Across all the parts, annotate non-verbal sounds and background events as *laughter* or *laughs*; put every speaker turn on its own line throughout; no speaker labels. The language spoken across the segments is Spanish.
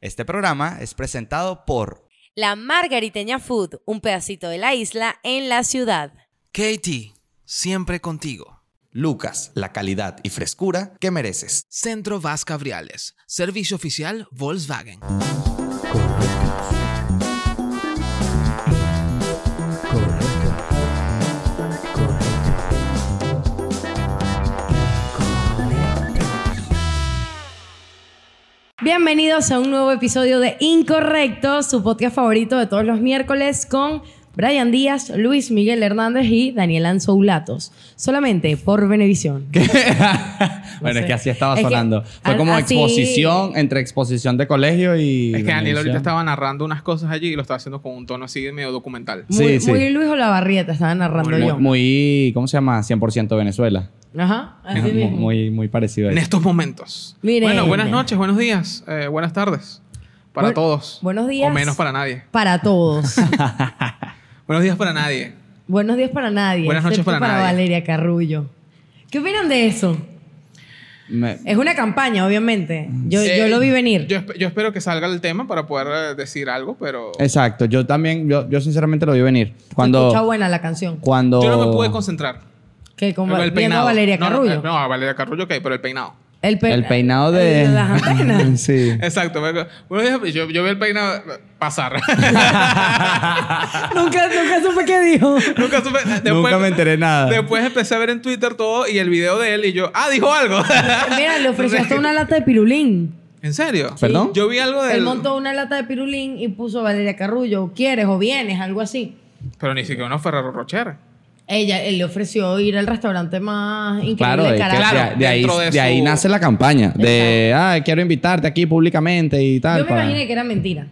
Este programa es presentado por
La Margariteña Food, un pedacito de la isla en la ciudad.
Katie, siempre contigo.
Lucas, la calidad y frescura que mereces.
Centro Vaz Cabriales, servicio oficial Volkswagen.
Bienvenidos a un nuevo episodio de Incorrecto, su podcast favorito de todos los miércoles con Brian Díaz, Luis Miguel Hernández y Daniel Anzoulatos. Solamente por Benevisión.
*laughs* bueno, es
sé.
que así estaba
Es que
sonando. Fue
a-
como
así-
exposición entre exposición de colegio y.
Es que Daniel ahorita
bendición.
estaba narrando unas cosas allí y lo estaba haciendo con un tono así medio documental.
Muy,
Sí, sí.
muy Luis Olavarrieta, estaba narrando yo.
Muy, muy- ¿Cómo se llama? 100% Venezuela.
Ajá, así
Muy-
mismo.
Muy, muy parecido a
En
eso.
estos momentos.
Miren.
Bueno, buenas noches, buenos días, eh, buenas tardes. Para
Bu-
todos.
buenos días.
O menos para nadie.
Para
*laughs*
todos.
Buenos días para nadie.
Buenos días para nadie.
Buenas noches
excepto
para
para
nadie.
Valeria Carrullo. ¿Qué opinan de eso?
Me-
Es una campaña, obviamente. Yo,
Eh,
yo lo vi venir.
Yo, esp- yo espero que salga el tema para poder eh, decir algo, pero
Exacto. Yo también, yo, yo sinceramente lo vi venir. Cuando.
Escucha buena la canción.
cuando
yo no me pude concentrar.
Que con
Pero
Va-
el
viendo a
peinado.
Valeria
No, no,
Carrullo.
eh, No, a Valeria Carrullo, ok, pero el peinado.
el, pe-
El peinado
el
de.
las
*laughs*
antenas.
*laughs*
sí.
Exacto. me- Buenos días, yo, yo vi el peinado eh,
*laughs*
pasar.
nunca, nunca supe qué dijo.
Nunca, supe-
Nunca me enteré nada.
Después empecé a ver en Twitter todo y el video de él y yo, ah, dijo algo. *laughs*
Mira, le ofreció hasta una lata de pirulín.
¿En serio?
¿Perdón?
Yo vi algo del...
Él montó una lata de pirulín y puso Valeria Carrullo, quieres o vienes, algo así.
Pero ni siquiera una Ferrero Rocher.
Ella, él le ofreció ir al restaurante más increíble
Claro,
de
de, que-
Caracas.
Claro,
de- de ahí,
dentro de
de ahí
su-
nace la campaña. De, ah, quiero invitarte aquí públicamente y tal.
Yo me
para-
imaginé que era mentira.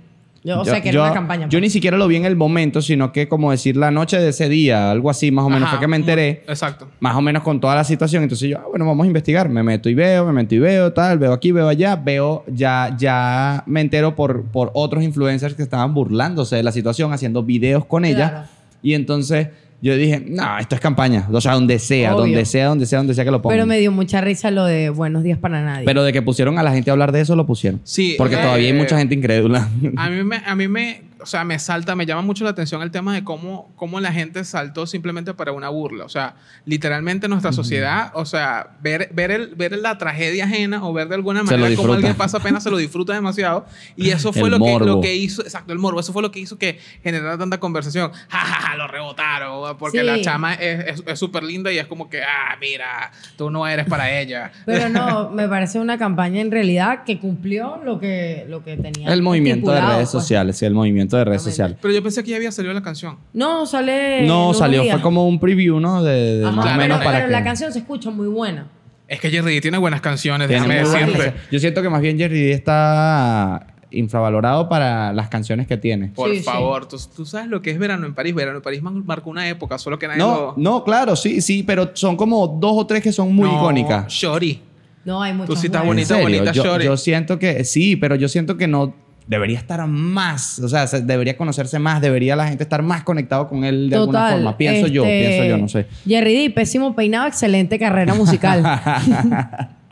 Yo, o sea, que
yo-
era una campaña. pues.
Yo ni siquiera lo vi en el momento, sino que como decir la noche de ese día, algo así, más o menos,
Ajá,
fue que me
mu-
enteré.
Exacto.
Más o menos con toda la situación. Entonces yo, ah, bueno, vamos a investigar. Me meto y veo, me meto y veo, tal, veo aquí, veo allá, veo, ya, ya me entero por, por otros influencers que estaban burlándose de la situación, haciendo videos con ella.
Claro.
Y entonces yo dije, no, esto es campaña. O sea, donde sea,
Obvio.
donde sea, donde sea, donde sea que lo pongan.
Pero me dio mucha risa lo de buenos días para nadie.
Pero de que pusieron a la gente a hablar de eso, lo pusieron.
Sí,
Porque
eh,
todavía hay mucha gente incrédula.
A mí, me, a mí me... O sea, me salta, me llama mucho la atención el tema de cómo, cómo la gente saltó simplemente para una burla. O sea, literalmente nuestra sociedad, o sea, ver, ver, el, ver la tragedia ajena o ver de
Se
alguna
lo
manera cómo
disfruta.
alguien pasa pena se lo disfruta demasiado.
*laughs*
Y eso fue
El
lo que,
morbo.
lo que hizo... Exacto, el morbo. Eso fue lo que hizo que generara tanta conversación. *laughs* Ja, ja, ja, lo rebotaron. Porque
Sí.
la chama es es- es súper linda y es como que, ah, mira, tú no eres para ella.
Pero no, me parece una campaña en realidad que cumplió lo que, lo que
*laughs*
tenía.
El movimiento de
estipulado,
redes
pues.
sociales, sí, el movimiento de redes sociales.
Pero yo pensé que ya había salido la canción.
Eh, No, sale. en
No,
unos
salió,
días.
fue como un preview, ¿no? De, de
Ajá,
más o
claro,
menos
pero,
para
pero
que...
la canción se escucha muy buena.
Es que Jerry D tiene buenas canciones,
Tiene
déjame
muy buenas
decirte.
canciones. Yo siento que más bien Jerry D está infravalorado para las canciones que tiene.
Por
Sí, sí.
favor, ¿tú, tú sabes lo que es verano en París. Verano en París man- marcó una época, solo que nadie
No,
lo...
no, claro, sí, sí, pero son como dos o tres que son muy
No,
icónicas.
Shorty.
No, hay muchas.
sí estás
buenas.
En
bonita,
serio,
bonita,
yo,
Shorty.
yo siento que sí, pero yo siento que no debería estar más, o sea, se- debería conocerse más, debería la gente estar más conectado con él de alguna
Total,
forma. Pienso yo,
este,
pienso yo, no sé.
Jerry D, pésimo peinado, excelente
*laughs*
carrera musical.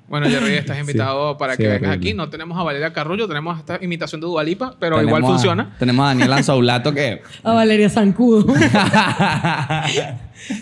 Bueno, Jerry, estás invitado para
sí,
que vengas
horrible.
aquí. No tenemos a Valeria Carrullo, tenemos esta imitación de Dualipa, *laughs* pero
Tenemos
igual
a-
funciona.
Tenemos a Daniel Anzoulato que
A Valeria
*laughs*
Zancudo.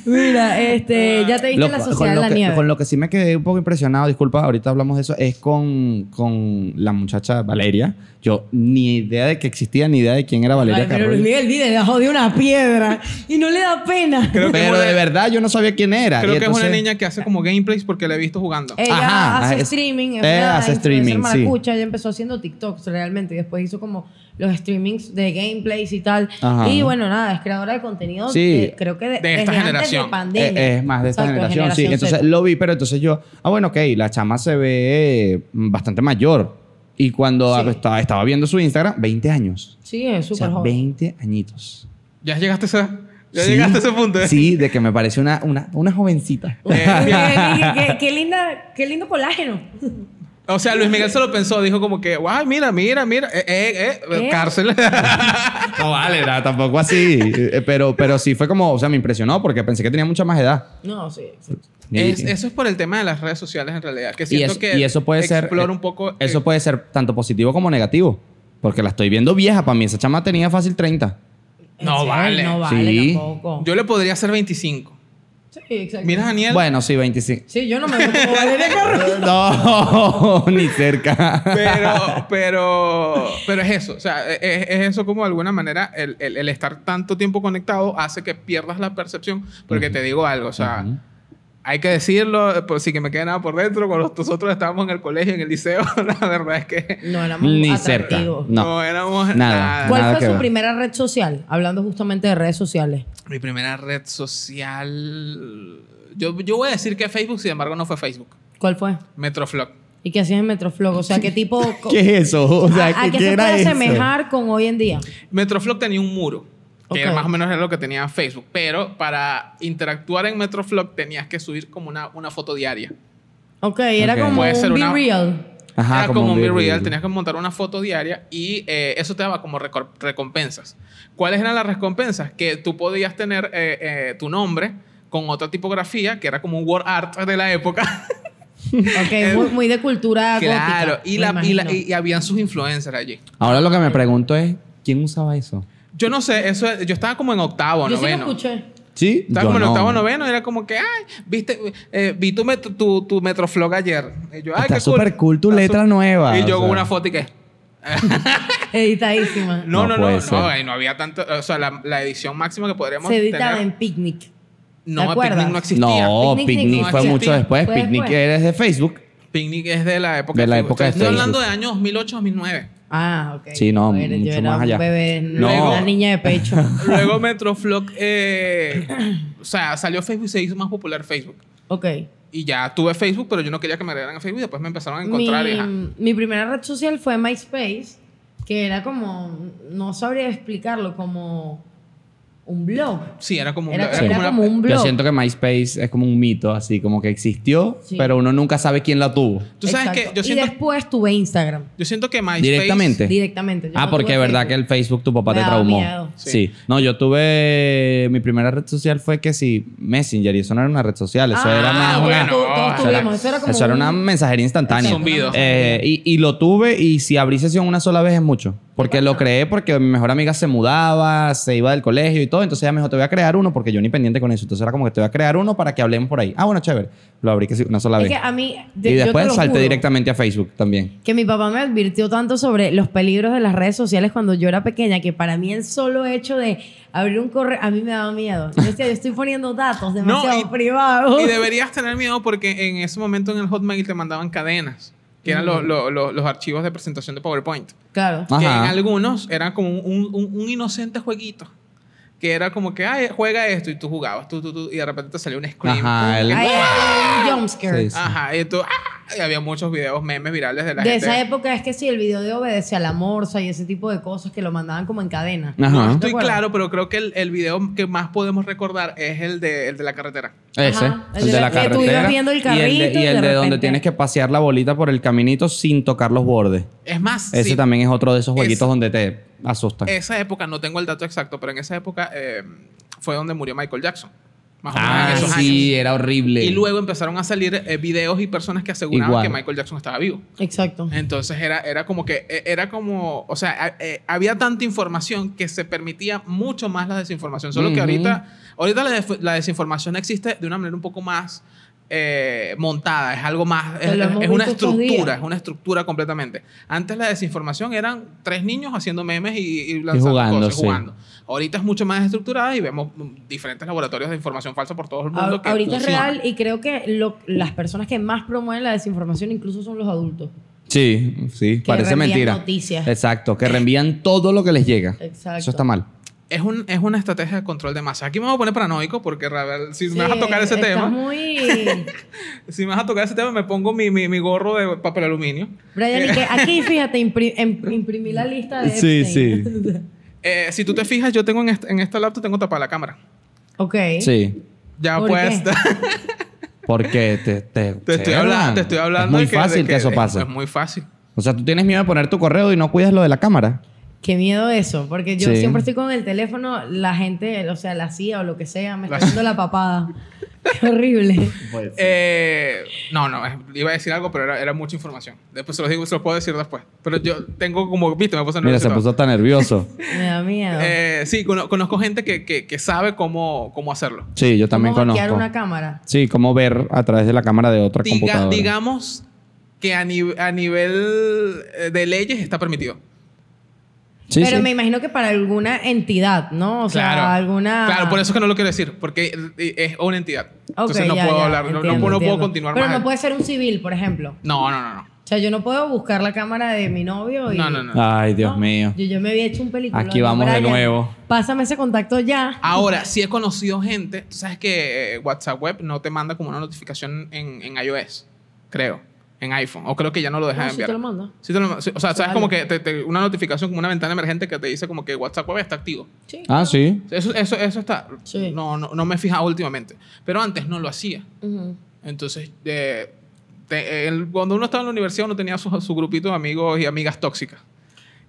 Mira, este, ya te *laughs* viste
Loco,
la sociedad de
lo
la
que,
nieve.
con lo que sí me quedé un poco impresionado, disculpa, ahorita hablamos de eso, es con, con la muchacha Valeria. Yo ni idea de que existía, ni idea de quién era Valeria
Ay, pero
Carrullo.
Luis Miguel vive debajo de una piedra y no le da
*laughs*
pena.
Creo que, es
Pero
una-
de verdad yo no sabía quién era.
creo
y
que es una
entonces-
niña que hace como gameplays porque la he visto jugando.
Ella
Ajá,
hace
es-
streaming, es
eh,
una
hace
influencer
streaming, sí.
maracucha, ella empezó haciendo TikToks realmente y después hizo como los streamings de gameplays y tal.
Ajá.
Y bueno, nada, es creadora de contenido,
Sí.
eh, creo que de,
De esta
desde Antes de
generación.
pandemia.
Eh, es más de esta
Exacto,
generación, sí.
Z.
Entonces lo vi, pero entonces yo, ah, bueno, ok, la chama se ve eh, bastante mayor. Y cuando
Sí.
estaba, estaba viendo su Instagram, 20 años.
Sí, es
O sea,
súper joven.
20 añitos.
Ya llegaste a esa- ya
Sí,
llegaste a ese punto. ¿eh?
Sí, de que me parece una, una, una jovencita.
Uy,
Eh,
*laughs* qué, qué- qué linda, qué lindo colágeno.
O sea, Luis Miguel se lo pensó, dijo como que, guay, mira, mira, mira, eh, eh, eh,
¿Eh?
cárcel.
No vale, nada, tampoco así. Eh, Pero, pero sí fue como, o sea, me impresionó porque pensé que tenía mucha más edad.
No, sí. sí.
Y,
*laughs* Es- eso es por el tema de las redes sociales en realidad. Que
y
siento
eso,
que
y eso puede ser.
explora
eh,
un poco.
Eso
eh,
puede ser tanto positivo como negativo. Porque la estoy viendo vieja para mí. Esa chama tenía fácil 30.
No
Sí,
vale.
No vale
Sí.
tampoco.
Yo le podría hacer 25.
sí, exacto.
Mira, Daniel.
Bueno, sí, 25.
Sí, yo no me veo como
*laughs*
Valeria
*laughs*
Carrasco.
No, *laughs* ni cerca.
Pero, pero, pero es eso. O sea, es, es eso como de alguna manera el, el- el estar tanto tiempo conectado hace que pierdas la percepción. Porque te digo algo, o sea, hay que decirlo, por si que me queda nada por dentro. Cuando nosotros estábamos en el colegio, en el liceo, *laughs* la verdad es que
No éramos
Ni cerca.
atractivos.
no,
No.
éramos
Nada.
nada.
¿Cuál
Nada
fue
que
su
ver.
primera red social? Hablando justamente de redes sociales.
Mi primera red social. Yo, yo voy a decir que Facebook, sin embargo, no fue Facebook.
¿Cuál fue?
Metroflog.
¿Y qué hacías en Metroflog? O sea,
*laughs*
¿qué tipo...
¿Qué es eso? O sea,
¿A, a
¿qué,
qué
qué
se
era
puede
eso?
asemejar con hoy en día?
Metroflog tenía un muro, que era
Ok.
más o menos era lo que tenía Facebook, pero para interactuar en Metroflog tenías que subir como una, una foto diaria.
Ok, era
Ok.
como
Puede ser
un
una-
Be Real.
Ajá,
era como, un Be
video.
Real, tenías que montar una foto diaria y eh, eso te daba como recor- recompensas. ¿Cuáles eran las recompensas? Que tú podías tener eh, eh, tu nombre con otra tipografía, que era como un word art de
*laughs*
la época. *laughs*
Ok, muy, muy de cultura
claro,
gótica,
y,
me
la, y, la-
imagino.
y- y habían sus influencers allí.
Ahora lo que me pregunto es, ¿quién usaba eso?
Yo no sé, eso yo estaba como en octavo,
Yo sí lo
noveno.
escuché. *laughs*
Sí,
Estaba como en
no.
octavo noveno, era como que, ay, viste, eh, vi tu, met- tu, tu Metroflog ayer. Y yo, ay,
Está
qué
súper cool tu
Está
letra
su-
nueva,
Y yo
o
con
sea.
una foto y que,
Editadísima.
no,
No
no, no,
puede
no,
ser.
ay, no había tanto, o sea, la, la edición máxima que podríamos
Se editaba
tener.
en Picnic. ¿Te
No,
acuerdas?
Picnic no existía.
No,
Picnic
Picnic,
no
fue
existía.
mucho después.
Fue
Picnic
después.
eres de Facebook.
Picnic es de la época
De la
Facebook.
época de
Estoy hablando de
Facebook.
años 2008, 2009.
Ah, ok.
Sí, no,
Joder,
mucho
yo era
más allá.
un bebé,
No.
era una niña
*laughs*
de pecho.
Luego Metroflog, eh, *clears throat* o sea, salió Facebook y se hizo más popular Facebook.
Ok.
Y ya tuve Facebook, pero yo no quería que me agregaran a Facebook y después me empezaron a
Mi,
encontrar. y, ajá.
mi primera red social fue MySpace, que era como, no sabría explicarlo, como un blog.
Sí, era como, un-
Era,
era
era
como una-
como un blog.
Yo siento que MySpace es como un mito, así como que existió,
Sí.
pero uno nunca sabe quién la tuvo.
Tú sabes
Exacto.
que yo siento,
Y después tuve Instagram.
yo siento que MySpace...
Directamente.
Directamente. Yo
Ah,
no
porque
tuve
es verdad que
Facebook.
el Facebook tu papá
Me
te
daba
traumó.
miedo.
Sí.
Sí. No, yo tuve. Mi primera red social fue que si Messenger, y eso no era una red social, eso
Ah,
era más
bueno,
una.
bueno,
tú- todos
eso
tuvimos. Eso era como
Eso era
un-
una mensajería instantánea.
Zumbido.
Eh, y, y lo tuve y si abrí sesión una sola vez es mucho. Porque lo creé porque mi mejor amiga se mudaba, se iba del colegio y todo. Entonces ella me dijo, te voy a crear uno porque yo ni pendiente con eso. Entonces era como que te voy a crear uno para que hablemos por ahí. Ah, bueno, chévere. Lo abrí que sí, una sola
Es
vez.
que a mí...
y
yo te
después
lo
salté
juro.
directamente a Facebook también.
que mi papá me advirtió tanto sobre los peligros de las redes sociales cuando yo era pequeña que para mí el solo hecho de abrir un correo a mí me daba miedo. Yo decía, yo estoy poniendo
*laughs*
datos demasiado
y-
privados.
Y deberías tener miedo porque en ese momento en el Hotmail te mandaban cadenas, que eran
Mm.
lo- lo- lo- los archivos de presentación de PowerPoint.
Claro.
Ah.
Que en
Ajá.
algunos eran como un, un- un inocente jueguito. Que era como que, ay, juega esto. Y tú jugabas, tú, tú, tú, y de repente te salió un scream.
Ajá, Ah, el-
Y-
Ahí hay un jumpscare.
Sí, sí.
Ajá, y tú, ¡ah! Y había muchos videos memes virales de la
De
gente.
esa época es que sí, el video de obedece a la morsa y ese tipo de cosas que lo mandaban como en cadena.
No
Ajá.
estoy
¿Te acuerdas?
claro, pero creo que el, el video que más podemos recordar es el de, el de la carretera.
Ese,
Ajá.
el, de la
Que tú ibas
carretera.
viendo el
y el
carrito
de,
y
y el
de
de donde
repente-
tienes que pasear la bolita por el caminito sin tocar los bordes.
Es más,
Ese
sí,
también es otro de esos jueguitos
Es-
donde te asustan.
esa época, no tengo el dato exacto, pero en esa época eh, fue donde murió Michael Jackson. Más o menos en
Ah,
esos
sí,
años.
era horrible.
Y luego empezaron a salir eh, videos y personas que aseguraban
Igual.
que Michael Jackson estaba vivo. Eh,
Exacto.
Entonces era, era como que, eh, era como, o sea, a- eh, había tanta información que se permitía mucho más la desinformación. Solo que
Ujú.
ahorita, ahorita la, def- la desinformación existe de una manera un poco más eh, montada, es algo más, es,
Pero lo hemos
es una
visto estos
estructura,
días.
es una estructura completamente. Antes la desinformación eran tres niños haciendo memes y, y lanzando
jugando,
cosas,
sí.
jugando. Ahorita es mucho más estructurada y vemos mm, diferentes laboratorios de información falsa por todo el mundo.
A-
que
ahorita es
funcionan.
real y creo que lo- las personas que más promueven la desinformación incluso son los adultos.
Sí, sí,
Que
parece
reenvían
mentira.
noticias.
Exacto, que reenvían todo lo que les llega.
Exacto.
Eso está mal.
Es, un, es una estrategia de control de masa. Aquí me voy a poner paranoico porque Ravel, si me
Sí,
vas a tocar ese
estás
tema,
muy...
si me vas a tocar ese tema, me pongo mi, mi, mi gorro de papel aluminio.
Brian, y que aquí, fíjate, impri- em- imprimí la lista de
Sí,
Epstein.
Eh, si tú te fijas, yo tengo en, este- en esta laptop tengo tapada la cámara.
ok.
Sí.
Ya
¿Por
pues.
qué?
Porque te, te,
*laughs* Te estoy
cierran.
hablando, te estoy hablando.
Es muy
de de
fácil que, eso
es-
pase.
Es muy fácil.
O sea, tú tienes miedo de poner tu correo y no cuidas lo de la cámara.
Qué miedo eso, porque yo
Sí.
siempre estoy con el teléfono, la gente, o sea, la CIA o lo que sea, me está
La- *laughs*
haciendo la papada. Qué horrible.
Eh, no, no, eh, iba a decir algo, pero era, era mucha información. Después se los digo, se los puedo decir después. Pero yo tengo como, viste, me puse
Mira,
nervioso.
se
y todo.
puso tan nervioso.
Me da miedo.
Eh, sí, cono- conozco gente que, que- que sabe cómo, cómo hacerlo.
Sí, yo también
¿Cómo hackear
conozco.
una cámara?
Sí, como ver a través de la cámara de otra
Diga-
computadora.
digamos que a, ni- a nivel eh, de leyes está permitido.
Sí,
Pero
sí.
me imagino que para alguna entidad, ¿no? O sea, alguna...
Claro, por eso es que no lo quiero decir, porque eh, es una entidad.
Ok,
Entonces no
ya,
puedo
ya,
hablar, no- no,
entiendo,
puedo- no puedo
entiendo.
continuar
Pero
más.
no puede ser un civil, por ejemplo.
no, no, no, no.
O sea, yo no puedo buscar la cámara de mi novio y...
No, no, no.
Ay, Dios
No,
mío.
Yo, yo me había hecho un película.
Aquí vamos de nuevo.
Pásame ese contacto ya.
Ahora, sí he conocido gente, tú sabes que eh, WhatsApp Web no te manda como una notificación en, en iOS, creo, en iPhone, o creo que ya no lo deja
No,
de
sí te
enviar.
lo mando.
Sí te lo- sí, o sea, sabes
Vale.
como que te- te- una notificación, como una ventana emergente que te dice como que WhatsApp Web está activo.
Sí.
Ah, sí.
Eso, eso, eso está.
Sí.
No, no, no me he fijado últimamente. Pero antes no lo hacía.
Ujú.
Entonces, eh, te- el- cuando uno estaba en la universidad, uno tenía su, su grupito de amigos y amigas tóxicas.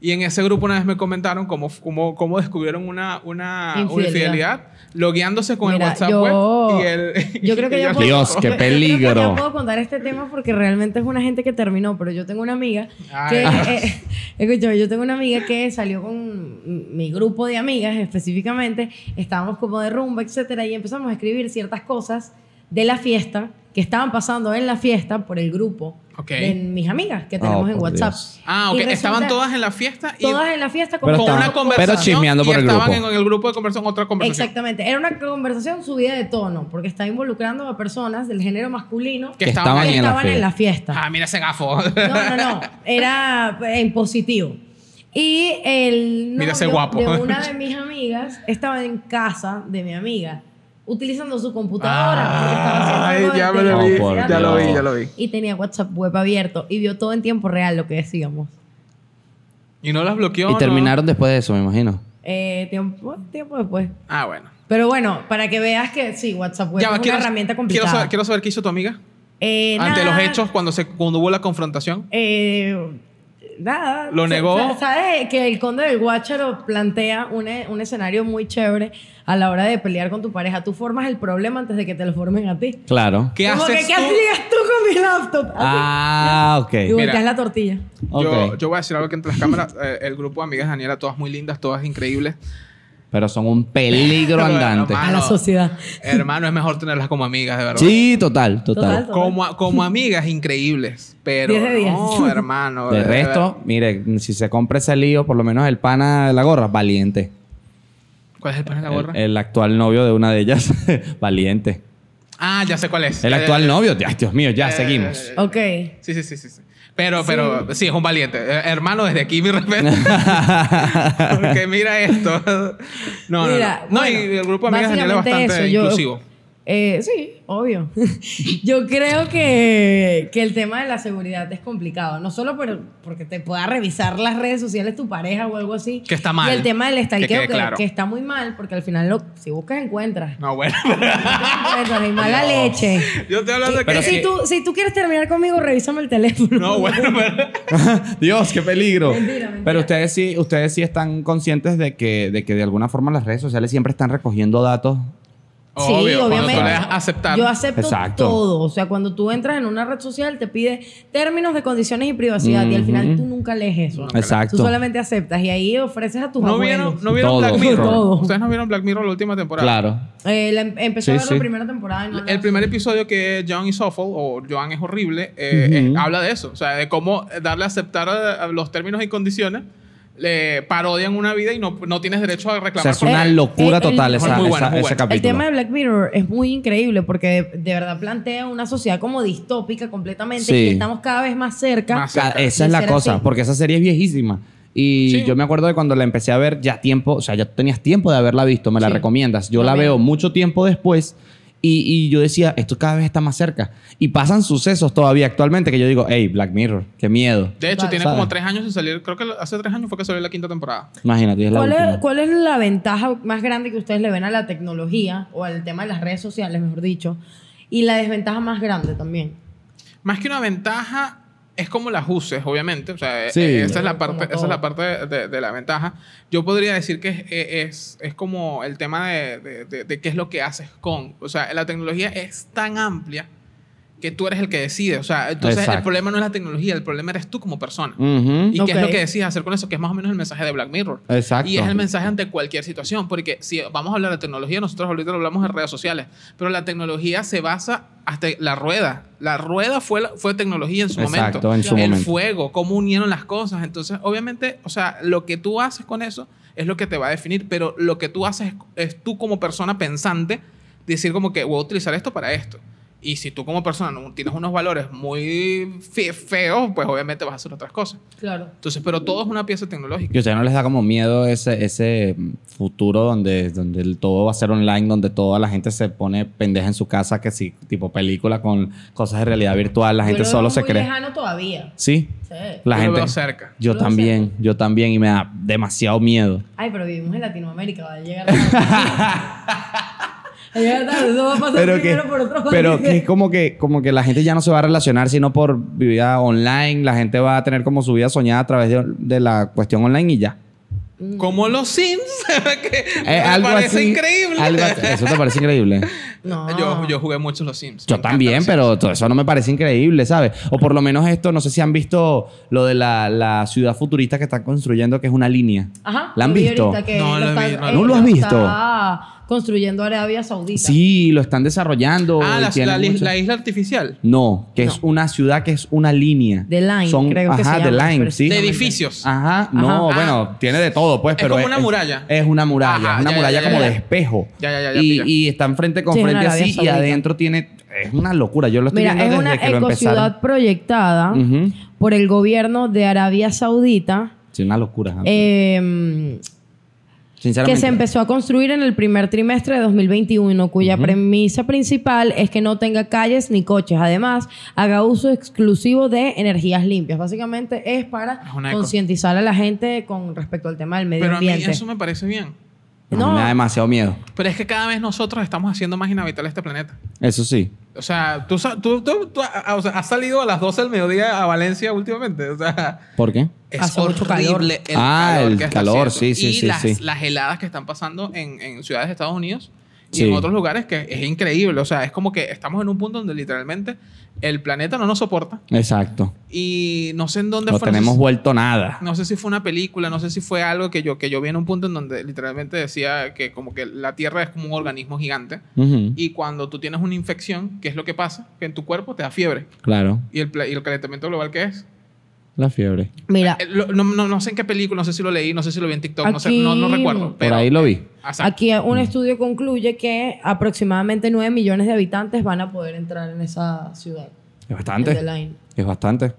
Y en ese grupo una vez me comentaron cómo, cómo, cómo descubrieron una, una una
Infidelidad.
infidelidad logueándose con
Mira,
el WhatsApp
yo-
web y el... *laughs*
Yo creo que
y
ya
el-
puedo,
Dios, qué
*laughs* yo- yo creo que
peligro.
ya puedo contar este tema porque realmente es una gente que terminó, pero yo tengo una amiga que...
Ay.
eh, escúchame, yo tengo una amiga que salió con mi grupo de amigas específicamente, estábamos como de rumba, etcétera, y empezamos a escribir ciertas cosas de la fiesta que estaban pasando en la fiesta por el grupo
Ok.
de mis amigas que tenemos
Oh,
en
por
WhatsApp.
Dios.
Ah, ok.
Y resulta-
Estaban todas en la fiesta y
todas en la fiesta
Pero
con
estaban-
una
con-
conversación
chismeando
y
por el
estaban
grupo.
en el grupo de conversación otra conversación.
Exactamente, era una conversación subida de tono porque está involucrando a personas del género masculino
Que
Que
estaban
que
estaban ahí.
en la
estaban en
fe.
la fiesta.
Ah, mira ese gafo. *laughs*
No, no, no. Era eh, en positivo. Y el
Mira ese
novio
guapo.
de
*laughs*
una de mis amigas estaba en casa de mi amiga utilizando su computadora. porque estaba haciendo algo de
ya me lo vi,
Oh, por
ya lo vi,
Dios.
ya lo vi.
Y tenía WhatsApp web abierto y vio todo en tiempo real lo que decíamos.
Y no las bloqueó.
Y
no.
terminaron después de eso, me imagino.
Eh, tiempo, tiempo después.
Ah, bueno.
Pero bueno, para que veas que sí, WhatsApp web
Ya va,
Pues es una herramienta complicada.
Quiero saber, quiero saber qué hizo tu amiga
Eh,
ante
nada,
los hechos cuando, se, cuando hubo la confrontación.
Eh, nada.
¿Lo
Sa-
negó?
sa- ¿Sabes que el conde del Guácharo plantea un, e- un escenario muy chévere a la hora de pelear con tu pareja? Tú formas el problema antes de que te lo formen a ti.
Claro.
¿Qué
Como
haces
que, ¿qué
tú?
hacías tú con mi laptop? Así.
Ah,
y
ok.
mira.
volteas la tortilla.
Yo,
Ok.
yo voy a decir algo que entre las cámaras, *laughs* eh, el grupo de amigas de Daniela, todas muy lindas, todas increíbles.
Pero son un peligro
*laughs* Bueno,
andante.
Ah,
a la
no.
sociedad.
Hermano, es mejor tenerlas como amigas, de verdad.
Sí, total,
Total.
total.
Como, a- como amigas increíbles, pero
Diez de diez. *laughs*
no, hermano.
De
de verdad.
resto, mire, si se compra ese lío, por lo menos el pana de la gorra, valiente.
¿Cuál es el pan de la
El,
gorra?
el actual novio de una de ellas, *laughs* valiente.
ah, ya sé cuál es.
El
Ya, ya,
actual
ya.
novio, ay, Dios mío, ya
Eh,
seguimos.
Ok.
Sí, sí, sí, sí. sí. Pero, pero, sí, es un valiente. Eh, Hermano, desde aquí
*laughs*
mi respeto. *laughs* Porque mira esto. No, no,
Mira,
no. No,
bueno,
y el grupo de amigas de Daniela es
básicamente
bastante
eso, yo-
inclusivo.
Eh, sí, obvio. *laughs* Yo creo que, que el tema de la seguridad es complicado. No solo por- porque te pueda revisar las redes sociales tu pareja o algo así.
Que está mal.
Y el tema del stalkeo
quede
que,
claro.
que está muy mal porque al final lo, si buscas encuentras.
*laughs* No, bueno.
encuentras y mala leche.
Yo estoy hablando de
Y
que... eh,
si, tú, si tú quieres terminar conmigo, revísame el teléfono.
No, bueno, pero...
Dios, qué peligro.
*laughs* Mentira, mentira.
Pero ustedes sí, ustedes sí están conscientes de que, de que de alguna forma las redes sociales siempre están recogiendo datos.
Sí,
Obvio, cuando
obviamente.
tú le das aceptar.
Yo acepto
Exacto.
todo. O sea, cuando tú entras en una red social, te pide términos de condiciones y privacidad. Y al final tú nunca lees eso.
Exacto.
Tú solamente aceptas. Y ahí ofreces a tus
¿No
abuelos.
vieron, ¿no vieron
Todo,
Black Mirror?
todo.
¿Ustedes no vieron Black Mirror la última temporada?
Claro.
Eh, la em- empezó
Sí,
a ver
sí.
la primera temporada. y no la-
El primer episodio que es John is awful, o Joan es horrible, eh, eh, habla de eso. O sea, de cómo darle a aceptar a- a los términos y condiciones, le parodian una vida y no, no tienes derecho a
O sea,
reclamar.
es una
Eh,
locura
eh,
total
el-
esa-
Muy bueno,
esa-
muy
ese
bueno.
capítulo.
El tema de Black Mirror es muy increíble porque de, de verdad plantea una sociedad como distópica completamente
Sí.
y que estamos cada vez más cerca.
Más
Ca-
cerca.
Esa es la
Será
cosa,
así.
porque esa serie es viejísima. Y
Sí.
yo me acuerdo de cuando la empecé a ver ya tiempo, o sea, ya tenías tiempo de haberla visto, me la
Sí.
recomiendas. Yo la
También.
veo mucho tiempo después y, y yo decía, esto cada vez está más cerca. Y pasan sucesos todavía actualmente que yo digo, hey, Black Mirror, qué miedo.
De hecho,
Vale.
tiene
¿Sabes?
como tres años de salir. Creo que hace tres años fue que salió la quinta temporada.
Imagínate, es la
¿Cuál es,
última.
cuál es la ventaja más grande que ustedes le ven a la tecnología o al tema de las redes sociales, mejor dicho? Y la desventaja más grande también.
Más que una ventaja, es como las uses, obviamente. O sea, eh,
Sí.
eh, esa, es la
Como
parte, esa es
todo.
la parte de, de- de la ventaja. Yo podría decir que es, eh, es, es como el tema de, de- de- de qué es lo que haces con. O sea, la tecnología es tan amplia que tú eres el que decide. O sea, entonces el
Exacto.
problema no es la tecnología, el problema eres tú como persona.
Ujú.
¿Y qué es
Ok.
lo que decides hacer con eso? Que es más o menos el mensaje de Black Mirror.
Exacto.
Y es el mensaje ante cualquier situación, porque si vamos a hablar de tecnología, nosotros ahorita lo hablamos en redes sociales, pero la tecnología se basa hasta la rueda. La rueda fue, la- fue tecnología en su
Exacto,
momento.
en su
el
momento.
fuego, cómo unieron las cosas. Entonces, obviamente, o sea, lo que tú haces con eso es lo que te va a definir, pero lo que tú haces es, es tú como persona pensante decir como que voy a utilizar esto para esto. Y si tú como persona no tienes unos valores muy fe- feos, pues obviamente vas a hacer otras cosas.
Claro.
Entonces, pero todo es una pieza tecnológica.
¿Y a ustedes no les da como miedo ese, ese mm, futuro donde, donde el todo va a ser online, donde toda la gente se pone pendeja en su casa, que sí, tipo película con cosas de realidad virtual, la
Yo
gente
lo
solo
veo
se
muy
cree?
lejano todavía.
Sí,
Sí.
la
Yo lo
gente.
veo cerca.
Yo
Yo lo
también, yo también, y me da demasiado miedo.
Ay, pero vivimos en Latinoamérica, va a
*laughs*
llegar tarde. Va a llegar tarde, eso va a pasar
Pero que,
primero por otro
pero que
país.
es como que, como que la gente ya no se va a relacionar sino por vida online, la gente va a tener como su vida soñada a través de, de la cuestión online y ya.
Como los Sims, *laughs* que me
Eh, algo
parece
así-
increíble. *laughs*
algo así- eso te parece increíble.
*laughs* No.
Yo, yo jugué mucho los Sims.
Yo
Me
también,
encantan los
pero todo eso no me parece increíble, ¿sabes? O por lo menos esto, no sé si han visto lo de la, la ciudad futurista que están construyendo, que es una línea.
Ajá.
¿La han
lo vi
visto?
ahorita que
No, lo
está-
vi, no,
eh,
no lo has visto.
Está construyendo Arabia Saudita.
Sí, lo están desarrollando.
Sims. Ah,
y
la,
tienen
la is-
mucho-
la isla artificial.
No, que es una ciudad que es una línea.
The Line,
Son,
creo que se
ajá,
llama,
The Line,
pero-
sí.
De edificios.
Ajá, no,
Ah.
bueno, tiene de todo, pues,
Es
pero
como una muralla.
Es, una muralla,
Ajá,
es una
ya, ya,
muralla
ya,
como
ya,
de
ya.
espejo.
Ya, ya, ya, ya,
y,
pilla.
y están frente con
Sí, es una
frente
Arabia
así y
Saudita.
adentro tiene es una locura, yo lo estoy
Mira,
viendo
es
desde
una
que lo empezaron.
ecociudad proyectada
Ujú.
por el gobierno de Arabia Saudita
Sí, una locura. ajá.
eh, que
Sinceramente.
se empezó a construir en el primer trimestre de 2021, cuya premisa principal es que no tenga calles ni coches. Además, haga uso exclusivo de energías limpias. Básicamente es para
Es una eco.
concientizar a la gente con respecto al tema del medio
Pero a mí
ambiente.
eso me parece bien.
A mí
No.
Me da demasiado miedo.
Pero es que cada vez nosotros estamos haciendo más inhabitable este planeta.
Eso sí.
O sea, tú, sa- tú, tú- tú- a- a- o sea, has salido a las 12 del mediodía a Valencia últimamente. O sea,
¿por qué?
es
Hace mucho calor.
horrible el
Ah,
calor.
el
que está
calor,
haciendo.
sí, sí,
y
sí,
las,
sí.
las heladas que están pasando en, en ciudades de Estados Unidos y
Sí.
en otros lugares que es increíble. O sea, es como que estamos en un punto donde literalmente el planeta no nos soporta.
Exacto.
Y no sé en dónde
No
fue, no sé
tenemos
si-
vuelto nada.
No sé si fue una película, no sé si fue algo que yo, que yo vi en un punto en donde literalmente decía que como que la Tierra es como un organismo gigante
Ujú,
y cuando tú tienes una infección, ¿qué es lo que pasa? Que en tu cuerpo te da fiebre.
Claro,
¿Y el, pla- y el calentamiento global qué es?
la fiebre.
Mira,
Eh, lo- no, no- no sé en qué película, no sé si lo leí, no sé si lo vi en TikTok, no, sé,
Aquí-
no, no recuerdo. Pero,
Por ahí lo vi.
o sea,
aquí un estudio concluye que aproximadamente 9 millones de habitantes van a poder entrar en esa ciudad.
Es bastante.
en The Line.
Es bastante.
es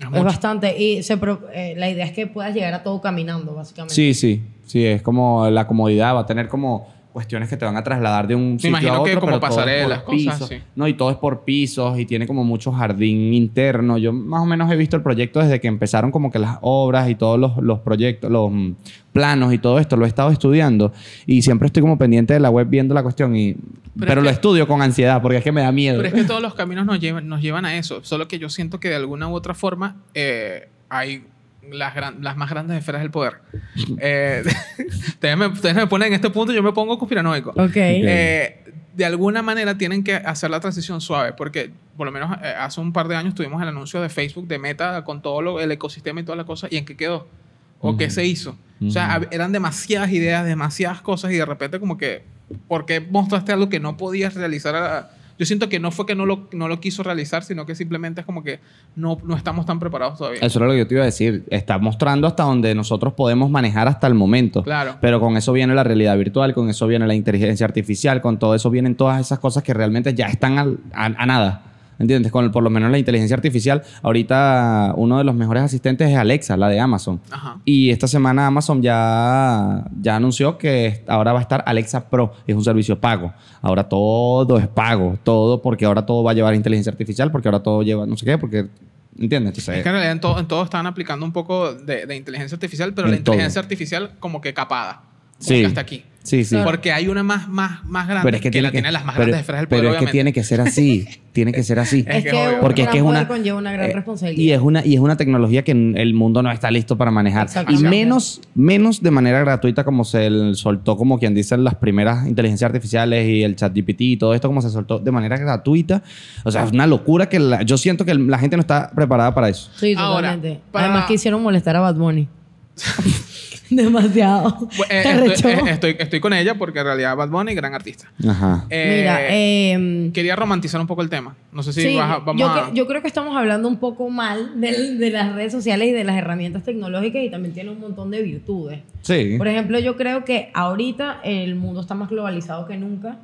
Es
mucho.
bastante. Y se pro- eh, la idea es que puedas llegar a todo caminando, básicamente.
Sí, sí. Sí, es como la comodidad. Va a tener como cuestiones que te van a trasladar de un sitio
imagino
a otro.
que como
pero todo es por
pasarelas, cosas
pisos.
así.
No, y todo es por pisos y tiene como mucho jardín interno. Yo más o menos he visto el proyecto desde que empezaron como que las obras y todos los, los proyectos, los mm, planos y todo esto. Lo he estado estudiando y siempre estoy como pendiente de la web viendo la cuestión. Y, pero
Pero es
lo
que-
estudio con ansiedad porque es que me da miedo.
Pero es que todos los caminos nos llevan, nos llevan a eso. Solo que yo siento que de alguna u otra forma eh, hay las, gran- las más grandes esferas del poder. Eh, *laughs* ustedes, me, ustedes me ponen en este punto, yo me pongo conspiranoico.
Ok.
Eh, de alguna manera tienen que hacer la transición suave, porque por lo menos eh, hace un par de años tuvimos el anuncio de Facebook de Meta con todo lo- el ecosistema y toda la cosa, y en qué quedó, o qué
Ujú.
se hizo. O sea,
Ujú.
hab- eran demasiadas ideas, demasiadas cosas, y de repente, como que, ¿por qué mostraste algo que no podías realizar? A- yo siento que no fue que no lo, no lo quiso realizar, sino que simplemente es como que no, no estamos tan preparados todavía.
Eso era lo que yo te iba a decir. Está mostrando hasta donde nosotros podemos manejar hasta el momento.
Claro.
Pero con eso viene la realidad virtual, con eso viene la inteligencia artificial, con todo eso vienen todas esas cosas que realmente ya están al- a, a nada. ¿Entiendes? Con el- por lo menos la inteligencia artificial. Ahorita uno de los mejores asistentes es Alexa, la de Amazon.
Ajá.
Y esta semana Amazon ya, ya anunció que ahora va a estar Alexa Pro. Es un servicio pago. Ahora todo es pago. Todo porque ahora todo va a llevar inteligencia artificial, porque ahora todo lleva no sé qué, porque... ¿Entiendes? Entonces,
Es que en realidad en todo, en todo estaban aplicando un poco de, de inteligencia artificial, pero
En
la inteligencia
todo.
artificial como que capada. Como
Sí.
que hasta aquí.
Sí, sí.
Porque hay una más, más, más grande que, la tiene las más
pero-
grandes de del Poder,
pero es que
obviamente.
tiene que ser
*laughs*
así. tiene que ser así.
Es que obvio.
un
Porque es
gran
que es
poder
una-
conlleva una gran
eh,
responsabilidad.
Y es una, y es una tecnología que n- el mundo no está listo para manejar. Y
Exactamente.
menos, menos de manera gratuita como se el- soltó, como quien dice, las primeras inteligencias artificiales y el chat GPT y todo esto, como se soltó de manera gratuita. O sea, es una locura que la- yo siento que la gente no está preparada para eso.
Sí,
Ahora,
totalmente.
para-
Además que hicieron molestar a Bad
*laughs*
Bunny. Demasiado.
*laughs*
Bueno, eh,
Te
estoy,
arrechó.
eh, estoy- estoy con ella porque en realidad Bad Bunny, gran artista.
Ajá.
Eh,
Mira, eh,
Quería romantizar un poco el tema. No sé si
sí,
vas a- vamos
yo,
a...
que- yo creo que estamos hablando un poco mal de, de las redes sociales y de las herramientas tecnológicas y también tiene un montón de virtudes.
Sí.
Por ejemplo, yo creo que ahorita el mundo está más globalizado que nunca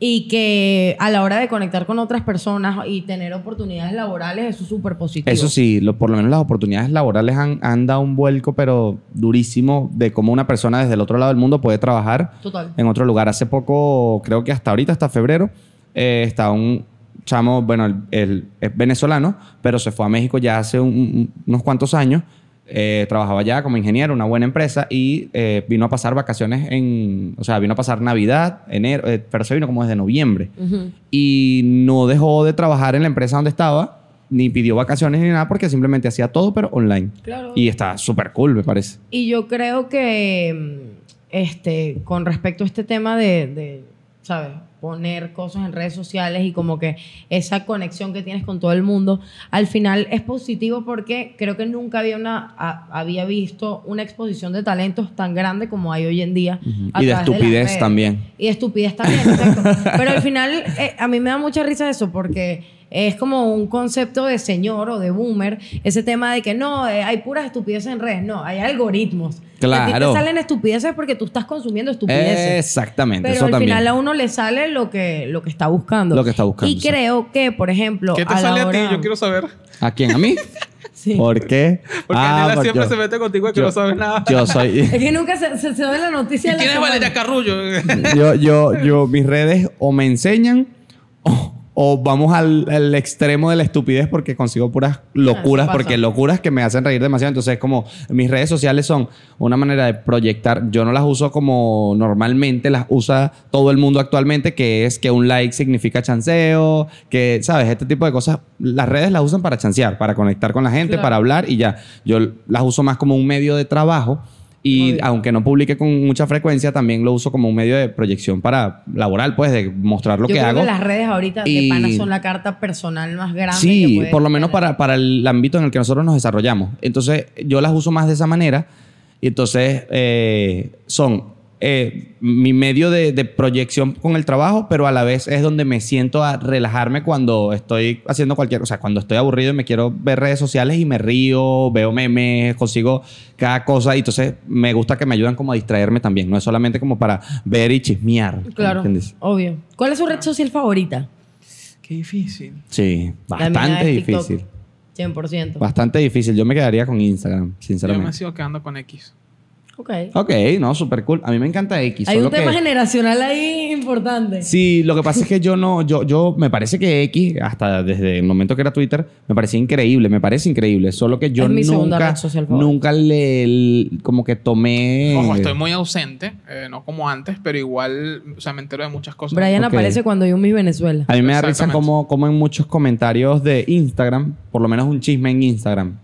y que a la hora de conectar con otras personas y tener oportunidades laborales, eso es súper positivo.
Eso sí, lo- por lo menos las oportunidades laborales han, han dado un vuelco, pero durísimo, de cómo una persona desde el otro lado del mundo puede trabajar
Total.
en otro lugar. Hace poco, creo que hasta ahorita, hasta febrero, eh, está un chamo, bueno, el, el- es venezolano, pero se fue a México ya hace un- un- unos cuantos años. Eh, trabajaba allá como ingeniero, una buena empresa, y eh, vino a pasar vacaciones en. O sea, vino a pasar Navidad, enero, eh, pero se vino como desde noviembre
Ujú.
y no dejó de trabajar en la empresa donde estaba, ni pidió vacaciones ni nada, porque simplemente hacía todo, pero online.
Claro.
Y está súper cool, me parece.
Y yo creo que, mm, este, con respecto a este tema de, de, ¿sabes? Poner cosas en redes sociales y como que esa conexión que tienes con todo el mundo, al final es positivo porque creo que nunca había, una, a- había visto una exposición de talentos tan grande como hay hoy en día. a
Y de
través las
estupidez
redes.
también.
Y de estupidez también, exacto. Pero al final, eh, a mí me da mucha risa eso, porque es como un concepto de señor o de boomer, ese tema de que no, eh, hay puras estupideces en redes. No, hay algoritmos. A ti te
Claro.
salen estupideces porque tú estás consumiendo estupideces.
Exactamente,
Pero
eso
al
también.
final a uno le sale lo que, lo que está buscando.
Lo que está buscando,
Y
sí.
creo que, por ejemplo.
¿Qué te
a la
sale a ti?
hora-
Yo quiero saber.
¿A quién? ¿A mí?
*laughs* Sí.
¿Por qué?
*laughs* Porque
Ah,
Daniela
porque
siempre
yo-
se mete contigo y que
yo-
no
*laughs*
sabes nada.
*laughs* Yo soy...
Es que nunca se, se, se da la noticia. de la
¿Quién es
semana.
*laughs*
Valeria Carrullo?
yo, yo, yo, mis redes o me enseñan o, o vamos al, al extremo de la estupidez porque consigo puras locuras,
Ah, eso pasa.
porque locuras que me hacen reír demasiado. Entonces, como mis redes sociales son una manera de proyectar, yo no las uso como normalmente las usa todo el mundo actualmente, que es que un like significa chanceo, que, ¿sabes? Este tipo de cosas, las redes las usan para chancear, para conectar con la gente,
Claro.
para hablar y ya. Yo las uso más como un medio de trabajo. Y
Obvio.
aunque no publique con mucha frecuencia, también lo uso como un medio de proyección para laboral, pues, de mostrar lo
Yo
que
creo
hago.
que las redes ahorita de
Y-
pana son la carta personal más grande. que
Sí,
puedes
por lo menos
tener.
para, para el ámbito en el que nosotros nos desarrollamos. Entonces, yo las uso más de esa manera. Y entonces, eh, son eh, mi medio de, de proyección con el trabajo, pero a la vez es donde me siento a relajarme cuando estoy haciendo cualquier... O sea, cuando estoy aburrido y me quiero ver redes sociales y me río, veo memes, consigo cada cosa. Y entonces, me gusta que me ayudan como a distraerme también. No es solamente como para ver y chismear.
Pues,
¿me
Claro,
entiendes?
obvio. ¿Cuál es su
Ah.
red social favorita?
Qué difícil.
Sí,
La mía
bastante
es TikTok,
difícil.
100%.
Bastante difícil. Yo me quedaría con Instagram,
Yo me
sinceramente.
sigo quedando con X.
Ok.
Ah,
Ok, no, súper cool. A mí me encanta X.
Hay
solo
un tema
que-
generacional ahí importante.
Sí, lo que pasa es que yo no, yo, yo, me parece que X, hasta desde el momento que era Twitter, me parecía increíble, me parece increíble. Solo que yo
Es mi segunda
nunca,
red social favorita.
nunca le, el- como que tomé.
Ojo, estoy muy ausente, eh, no como antes, pero igual, o sea, me entero de muchas cosas.
Brian
Ok.
aparece cuando yo mis Venezuela.
A mí me da risa
Exactamente.
como, como en muchos comentarios de Instagram, por lo menos un chisme en Instagram.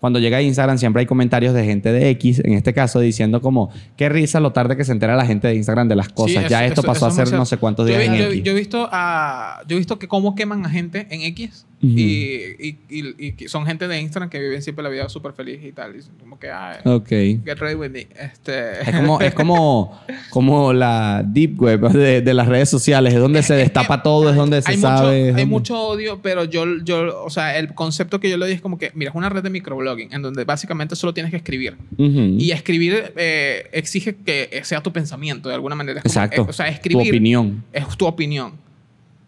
Cuando llega a Instagram siempre hay comentarios de gente de X, en este caso diciendo como, qué risa lo tarde que se entera la gente de Instagram de las
Sí,
cosas.
eso-
ya esto
eso-
pasó
eso es muy
hace no
cierto.
sé cuántos
Yo
días
vi-
en
yo,
X.
yo he visto a, yo he visto que cómo queman a gente en X y-
Ujú.
y, y- y que son gente de Instagram que viven siempre la vida súper feliz y tal. Y son como que, ah,
Ok.
get ready with me. Este,
Es como, es como, como la deep web de, de las redes sociales, es donde se destapa todo, es donde se
*laughs* hay mucho,
sabe. es
hay
donde-
mucho odio, pero yo, yo, o sea, el concepto que yo le di es como que, mira, es una red de microblogging en donde básicamente solo tienes que escribir.
Ujú.
Y escribir eh, exige que sea tu pensamiento de alguna manera. Es como-
Exacto.
eh, o sea,
tu
escribir
opinión.
es tu opinión.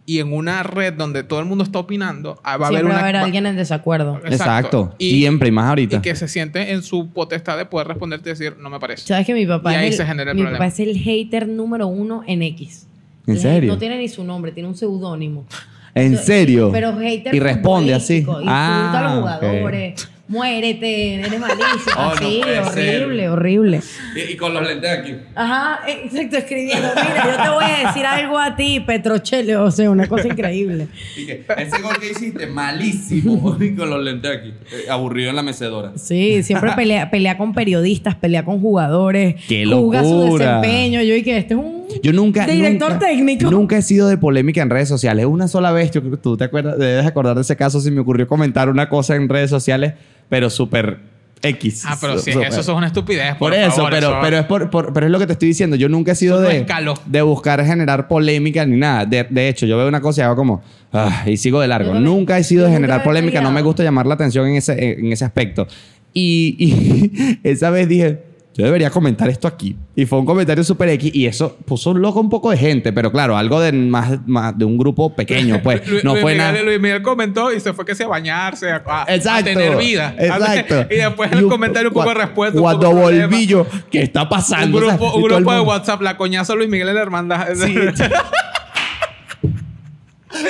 Y en una red donde todo el mundo está opinando, ah, va a haber
Siempre
una.
va a haber
va-
alguien en desacuerdo.
Exacto.
Y,
Siempre y más ahorita.
y que se siente en su potestad de poder responderte y decir, no me parece.
¿Sabes que mi papá,
Y ahí
es
se
el,
genera el
mi
problema.
papá es el hater número uno en X?
¿En
El hate-
serio?
No tiene ni su nombre, tiene un seudónimo.
¿En
Entonces,
serio?
Pero hater
Y responde así.
futbolístico, insulta a los
Ah, ok.
jugadores. muérete, eres malísimo.
*laughs* Oh, no
sí,
puede ser.
horrible, horrible.
Y, y con los lentes aquí.
Ajá, exacto, escribiendo. Mira, yo te voy a decir algo a ti, Petrochele. O sea, una cosa increíble.
Y que, ese gol que hiciste, malísimo. *laughs* Y con los lentes aquí. Eh, aburrido en la mecedora.
Sí, siempre pelea, pelea con periodistas, pelea con jugadores.
¡Qué
Juga su
locura!
desempeño. Yo y que este es un
Yo nunca.
director
nunca-
técnico.
Nunca he sido de polémica en redes sociales. Una sola vez, yo, creo que tú te acuerdas, debes acordar de ese caso, si me ocurrió comentar una cosa en redes sociales, pero súper X.
Ah, pero sí,
Súper-
eso es una estupidez.
Por,
Por,
eso,
favor,
pero, pero, es por, por- pero es lo que te estoy diciendo. Yo nunca he sido
Eso no
de,
escaló.
de buscar generar polémica ni nada. De, de hecho, yo veo una cosa y hago como, "Ah", y sigo de largo.
Yo también.
Nunca he sido
Yo
de
nunca
generar
he
polémica. No me
peleado.
gusta llamar la atención en ese, en ese aspecto. Y, y *laughs* esa vez dije, yo debería comentar esto aquí. Y fue un comentario super X y eso puso un loco un poco de gente, pero claro, algo de, más, más- de un grupo pequeño, pues.
*laughs* Lu-
No
Luis
fue
Miguel-
nada.
Luis Miguel comentó y se fue que se a bañarse, a, a- a
Exacto.
tener vida.
*laughs* Exacto.
*laughs* Y después en el
un-
comentario un poco de respuesta. un
Cuando
poco de problema.
volví yo, ¿qué está
Un
pasando? O sea,
grupo, un
y todo el
grupo de
mundo-
WhatsApp, la coñazo Luis Miguel en la *laughs* hermandad.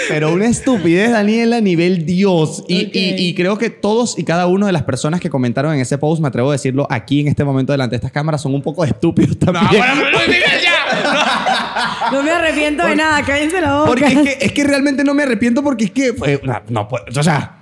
Pero una estupidez, Daniela, a nivel Dios. Y,
Ok.
y- y creo que todos y cada una de las personas que comentaron en ese post, me atrevo a decirlo aquí en este momento delante de estas cámaras, son un poco estúpidos *laughs*
No,
también.
bueno, Luis Miguel ya.
No me arrepiento de nada, cállense la boca.
porque es que, es que realmente no me arrepiento porque es que fue una- no, pues, o sea,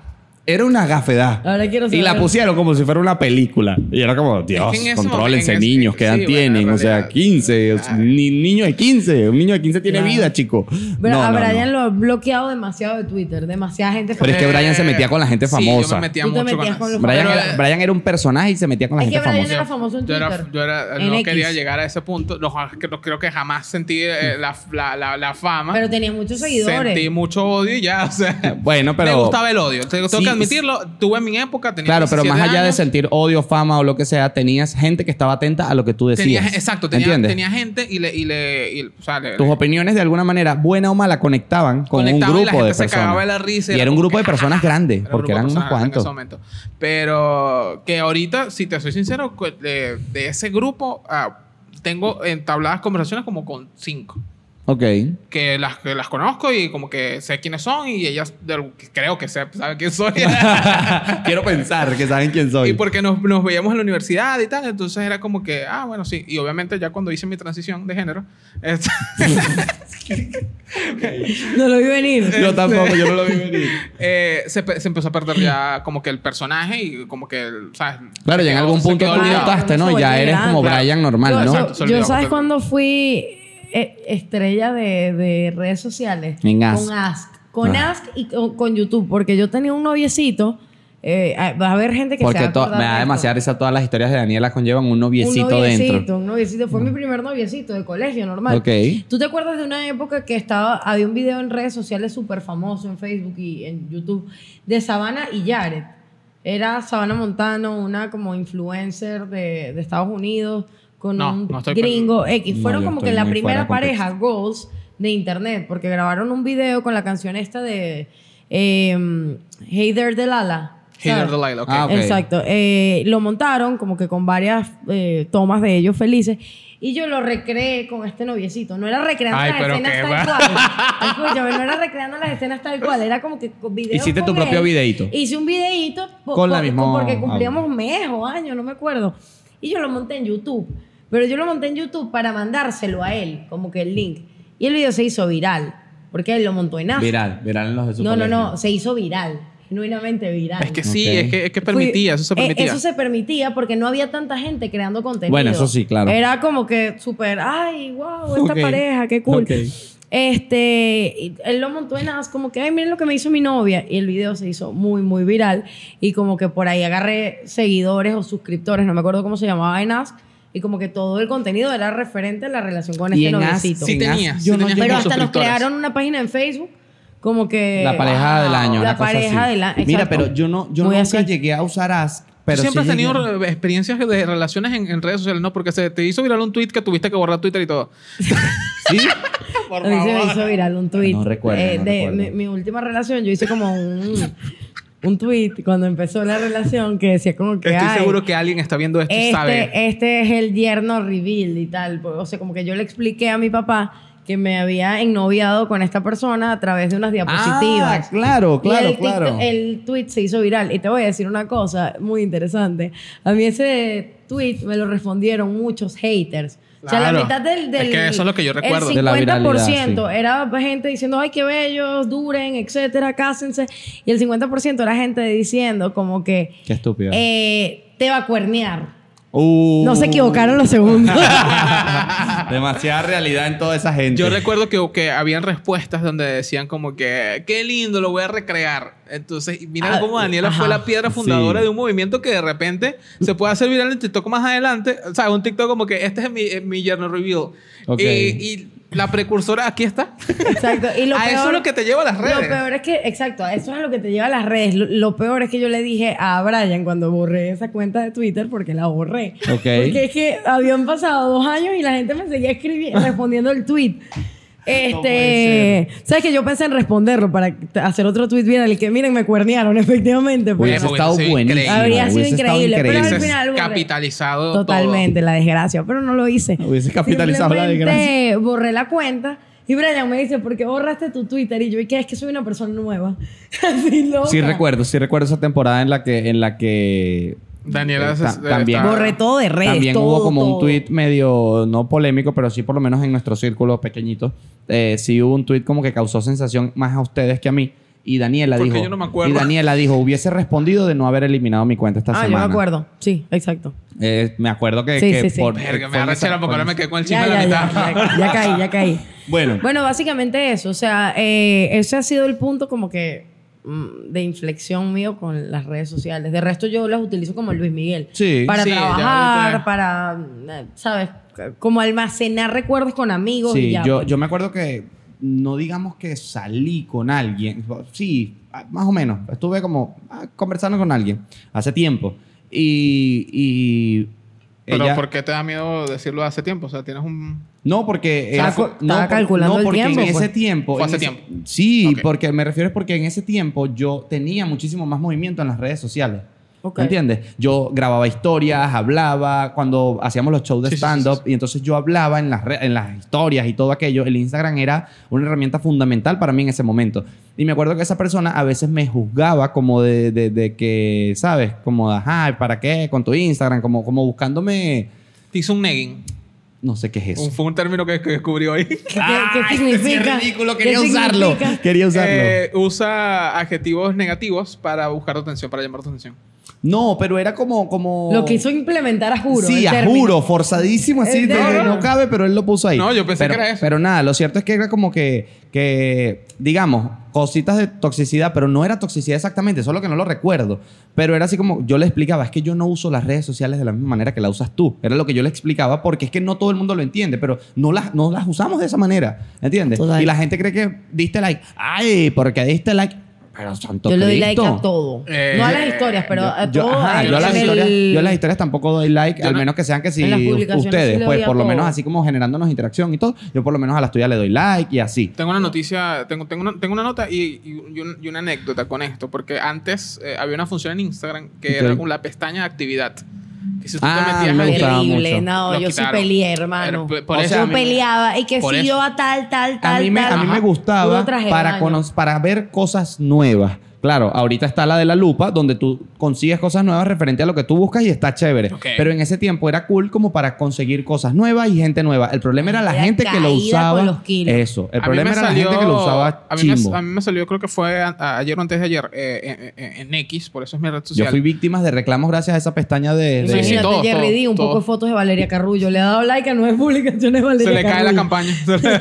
era una gafedad.
Ahora quiero
y la
saber.
pusieron como si fuera una película. Y era como, Dios,
Es que en ese
contrólense,
momento- en ese-
niños, ¿qué edad
sí, bueno, en
tienen? o sea,
realidad.
15, o sea, ni, niño de 15. Un niño de 15 tiene
Claro.
vida, chico.
Pero
No,
a
no, no.
Brian lo han bloqueado demasiado de Twitter, demasiada gente.
Pero *laughs* es que
famosa.
Brian se metía con la gente
Sí, yo
famosa.
me metía
Tú te
mucho con,
metías
la-
con los
Brian,
Pero,
era,
eh,
Brian era un personaje y se metía con la
Es
gente
que Brian
famosa.
era famoso en
yo era-
Twitter.
yo era-
En
no
X.
quería llegar a ese punto. No, creo, creo que jamás sentí
Mm.
eh, la, la- la- la fama.
Pero tenía muchos seguidores.
Sentí mucho odio y ya, o sea.
Bueno, pero-
Me gustaba el odio. Tengo,
Sí,
tengo que admitirlo. Tuve en mi época, tenía.
Claro, pero más
17
allá de
años.
sentir odio, fama o lo que sea, tenías gente que estaba atenta a lo que tú
Tenía,
decías.
exacto, tenía,
¿Entiendes?
tenía gente y le. Y le y, o sea, le-
Tus opiniones de alguna manera, buena o mala, conectaban con
Conectaban y
un
la
grupo de
gente se
personas.
cagaba de la risa y
y
era
era un
como
grupo de
que, "Ah".
personas grande,
Era un
porque
grupo
eran
de
unos
personas en ese
cuantos.
momento. Pero que ahorita, si te soy sincero, cu- de, de ese grupo ah, tengo entabladas conversaciones como con cinco.
Ok.
Que las, que las conozco y como que sé quiénes son y ellas del- creo que sé- saben quién
*laughs*
soy.
*laughs* Quiero pensar que saben quién soy.
y porque nos, nos veíamos en la universidad y tal, entonces era como que, ah, bueno, sí. Y obviamente ya cuando hice mi transición de género, *laughs* este,
No lo vi venir.
Yo tampoco, yo no lo vi
*laughs*
venir.
eh, se, pe- se empezó a perder
*clears throat*
ya como que el personaje y como que, el- ¿sabes?
Claro,
Se
ya en
quedó-
algún
se
punto
quedó
tú
olvidado.
notaste, ¿no?
Eso
Ya
volvió
eres
grande.
como Brian normal,
yo,
¿no?
Exacto, se
yo-
olvidó
yo, ¿sabes
completamente.
cuándo fui eh, estrella de, de redes sociales?
En Ask.
Con Ask. Con
Ah.
Ask y con, con YouTube. Porque yo tenía un noviecito. eh, ah, va a haber gente que se
Porque
va a
to-
acordar
me
de
da
esto.
demasiada risa todas las historias de Daniela conllevan un
un
noviecito
noviecito,
dentro. Mm.
Un noviecito, fue mi primer noviecito de colegio, normal.
Ok.
¿Tú te acuerdas de una época que estaba, había un video en redes sociales súper famoso, en Facebook y en YouTube, de Sabana y Jared? Era Sabana Montano, una como influencer de, de Estados Unidos, con
No,
un
no estoy
gringo X.
No,
Fueron
yo
como
estoy
que la
muy fuera de
primera
contexto.
pareja goals de internet, porque grabaron un video con la canción esta de eh, Hey There Delala.
Heather
¿sabes?
Delilah, ok.
Ah, ok.
Exacto. Eh, lo montaron como que con varias eh, tomas de ellos felices. Y yo lo recreé con este noviecito. No era recreando
Ay,
las
pero
escenas
qué
tal
*laughs*
va.
cual. Escúchame, no era recreando las escenas tal cual. Era como que con video
Hiciste
con
tu propio
él.
videíto.
Hice un videíto. po-
Con la
po-
misma-
Porque cumplíamos mes o año, no me acuerdo. Y yo lo monté en YouTube. Pero yo lo monté en YouTube para mandárselo a él, como que el link. Y el video se hizo viral. Porque él lo montó en Ask.
Viral, viral en los de su
No, no,
colegio.
no. Se hizo viral. Genuinamente viral.
Es que sí,
Ok.
es que, es que permitía, eso se
Fui- eh,
permitía.
Eso se permitía porque no había tanta gente creando contenido.
Bueno, eso sí, claro.
Era como que súper, ay, wow, esta
Ok.
pareja, qué cool.
Ok.
Este, y él lo montó en as, como que, ay, miren lo que me hizo mi novia. Y el video se hizo muy, muy viral. Y como que por ahí agarré seguidores o suscriptores, no me acuerdo cómo se llamaba en as. Y como que todo el contenido era referente a la relación con
Y
este
en Ask
noviecito.
sí
en Ask,
tenías,
yo
sí
no
tenías
llegué.
Pero
como
hasta nos
suscriptores.
crearon una página en Facebook, como que.
La pareja del año.
Eh, La
una cosa
pareja
así.
del año.
Mira,
exacto.
pero yo no, yo
Muy
nunca
así.
llegué a usar Ask.
Pero
Pero
siempre
sí
has tenido
llegué-
re- experiencias de relaciones en, en redes sociales, ¿no? Porque se te hizo viral un tweet que tuviste que borrar Twitter y todo.
*laughs*
¿Sí?
Por
A mí se me hizo viral un tweet.
No recuerdo,
eh,
no
de
recuerdo.
Mi, mi última relación, yo hice como un, un tweet cuando empezó la relación que decía como que.
Estoy
"Ay,
seguro que alguien está viendo esto y sabe.
este, este es el yerno reveal y tal. pues, O sea, como que yo le expliqué a mi papá que me había ennoviado con esta persona a través de unas diapositivas.
Ah, claro, claro,
y el,
claro.
TikTok- el tweet se hizo viral. Y te voy a decir una cosa muy interesante. A mí ese tweet me lo respondieron muchos haters. O sea, la
Claro.
mitad del, del-
Es que eso es lo que yo recuerdo.
El
De la
50%
viralidad, sí.
era gente diciendo, ay, qué bellos, duren, etcétera, cásense. Y el 50% era gente diciendo como que
Qué estúpido.
eh, te va a cuernear.
Uh.
No se equivocaron
*laughs*
los
*laughs*
segundos.
Demasiada realidad en toda esa gente.
Yo recuerdo que, que habían respuestas donde decían como que, qué lindo, lo voy a recrear. Entonces, y mira
Ah,
cómo Daniela
ajá.
fue la piedra fundadora
Sí.
de un movimiento que de repente se puede hacer viral en TikTok más adelante. O sea, un TikTok como que este es mi, eh, mi yerno reveal.
Ok.
Y, y la precursora aquí está.
Exacto. Y lo
a
peor,
eso es lo que te lleva a las redes.
Lo peor es que, exacto, eso es a lo que te lleva a las redes. Lo, lo peor es que yo le dije a Brian cuando borré esa cuenta de Twitter, porque la borré.
Ok.
Porque es que habían pasado dos años y la gente me seguía escribiendo, respondiendo el tweet. Este, sabes que yo pensé en responderlo para t- hacer otro tweet viral y que miren me cuernearon *laughs* efectivamente, pues.
Hubiese
pero
Hubiese
estado
sido
buenísimo.
increíble.
Habría sido
hubiese estado
increíble, pero al
Hubiese
final borré.
capitalizado todo.
totalmente la desgracia, pero no lo hice.
Hubiese capitalizado la
Simplemente
desgracia.
borré la cuenta y Brian me dice, ¿por qué borraste tu Twitter? Y yo, ¿y qué? Es que soy una persona nueva. *laughs* Así loca.
Sí recuerdo, sí recuerdo esa temporada en la que en la que eh,
Daniela
Ta-
se-
también.
está-
Borré todo de redes,
También
todo,
hubo como
todo.
un tweet medio, no polémico, pero sí por lo menos en nuestro círculo pequeñito, eh, sí hubo un tweet como que causó sensación más a ustedes que a mí. Y Daniela
Porque
dijo,
yo no me acuerdo.
y Daniela dijo, hubiese respondido de no haber eliminado mi cuenta esta
Ah,
semana.
yo me acuerdo. Sí, exacto.
Eh, me acuerdo que,
Sí,
que
sí, sí.
Verga, me
fue en esa-
arrechera
fue
porque
en
ahora me
esa-
quedé con el chisme
Ya,
a la
ya,
mitad.
ya, ya, ya caí, ya caí.
Bueno,
Bueno, básicamente eso. O sea, eh, ese ha sido el punto como que mm, de inflexión mío con las redes sociales. De resto yo las utilizo como Luis Miguel.
sí.
para
sí, ya
trabajar,
ahorita-
para, eh, ¿sabes? Como almacenar recuerdos con amigos
Sí,
y ya.
yo,
pues.
yo me acuerdo que no digamos que salí con alguien, sí, ah, más o menos, estuve como ah, conversando con alguien hace tiempo y... y
*laughs* Pero
ella-
¿por qué te da miedo decirlo hace tiempo? O sea, tienes un...
No, porque
Estaba
era
cu-
co-
estaba
por-
calculando el
porque
tiempo,
en ese
pues.
tiempo.
Fue
en
hace
ese-
tiempo.
Sí,
Ok.
porque me refiero es porque en ese tiempo yo tenía muchísimo más movimiento en las redes sociales.
Ok.
¿Me entiendes? Yo grababa historias, hablaba, cuando hacíamos los shows de
Sí, sí, sí,
stand-up,
sí,
y entonces yo hablaba en las, re- en las historias y todo aquello. El Instagram era una herramienta fundamental para mí en ese momento. Y me acuerdo que esa persona a veces me juzgaba como de, de- de que, ¿sabes? Como, ajá, ¿para qué? Con tu Instagram, como, como buscándome,
Te hizo un negging.
no sé qué es eso.
Un- fue un término que, que descubrí
*laughs*
hoy.
¿Qué,
*laughs*
qué significa?
ridículo,
¿Qué
quería usarlo.
significa?
Quería usarlo.
Eh, usa adjetivos negativos para buscar tu atención, para llamar tu atención.
no, pero era como, como.
Lo quiso implementar a juro.
Sí,
el
a
término.
juro, forzadísimo así,
El
de
de-
que no cabe, pero él lo puso ahí.
No, yo pensé
Pero-
que era eso.
Pero nada, lo cierto es que era como que, que, digamos, cositas de toxicidad, pero no era toxicidad exactamente, solo que no lo recuerdo. Pero era así como, yo le explicaba, es que yo no uso las redes sociales de la misma manera que la usas tú. Era lo que yo le explicaba, porque es que no todo el mundo lo entiende, pero no las, no las usamos de esa manera, ¿entiendes?
Total.
Y la gente cree que diste like, ay, porque diste like. Pero santo
Yo le doy
Cristo.
like a todo.
Eh,
no a las historias, pero a
Yo,
todo.
ajá,
en
yo a las
el-
historias, yo a las historias tampoco doy like,
Yo
al
no-
menos que sean que si
en las publicaciones sí
ustedes,
le
pues
doy a
por lo
todo.
menos así como generándonos interacción y todo, yo por lo menos a las tuyas le doy like y así.
Tengo una noticia, tengo, tengo, una, tengo una nota y, y, un- y una anécdota con esto, porque antes eh, había una función en Instagram que era
Ok.
con la pestaña de actividad. Que si tú
Ah,
te metías
me
ahí-
gustaba mucho.
Terrible, no,
Lo
yo sí
quitaron.
peleé, hermano.
Pero pues, por
O
eso
sea,
yo
a mí-
peleaba y que
por
si
eso.
yo a tal, tal, tal.
A mí me, a
tal.
mí me
Ajá.
gustaba
Puro traje de
para,
baño.
cono- para ver cosas nuevas. Claro, ahorita está la de la lupa, donde tú consigues cosas nuevas referente a lo que tú buscas y está chévere.
Ok.
Pero en ese tiempo era cool como para conseguir cosas nuevas y gente nueva. El problema era la
Era
gente que lo
caída
usaba.
con los kilos.
Eso. El
A mí
problema
me
era la gente que lo usaba
a mí,
chimbo.
me, a mí me salió, creo que fue a- a- ayer o antes de ayer, eh, en- en, en X, por eso es mi red
Yo
social.
fui víctima de reclamos gracias a esa pestaña de- de,
Sí, sí,
Imagínate,
todo,
Jerry
todo,
D, un poco
todo.
de fotos de Valeria Carrullo. Le ha dado like a nueve *laughs* publicaciones de Valeria
Se le
Carrullo.
cae la campaña. *laughs* Se le-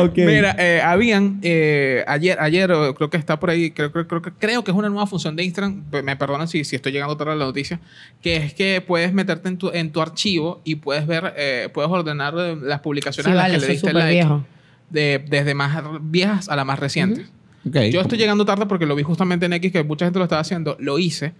Ok.
Mira, eh, habían eh, ayer, ayer o creo que está por ahí, creo, creo, creo, que- creo que es una nueva función de Instagram, pe- me perdonan si, si estoy llegando tarde a la noticia, que es que puedes meterte en tu, en tu archivo y puedes ver, eh, puedes ordenar eh, las
Sí,
publicaciones a las
vale,
que le
eso es
diste
súper
like,
viejo.
de- desde más r- viejas a las más recientes.
Ok.
Yo estoy llegando tarde porque lo vi justamente en X, que mucha gente lo estaba haciendo, lo hice.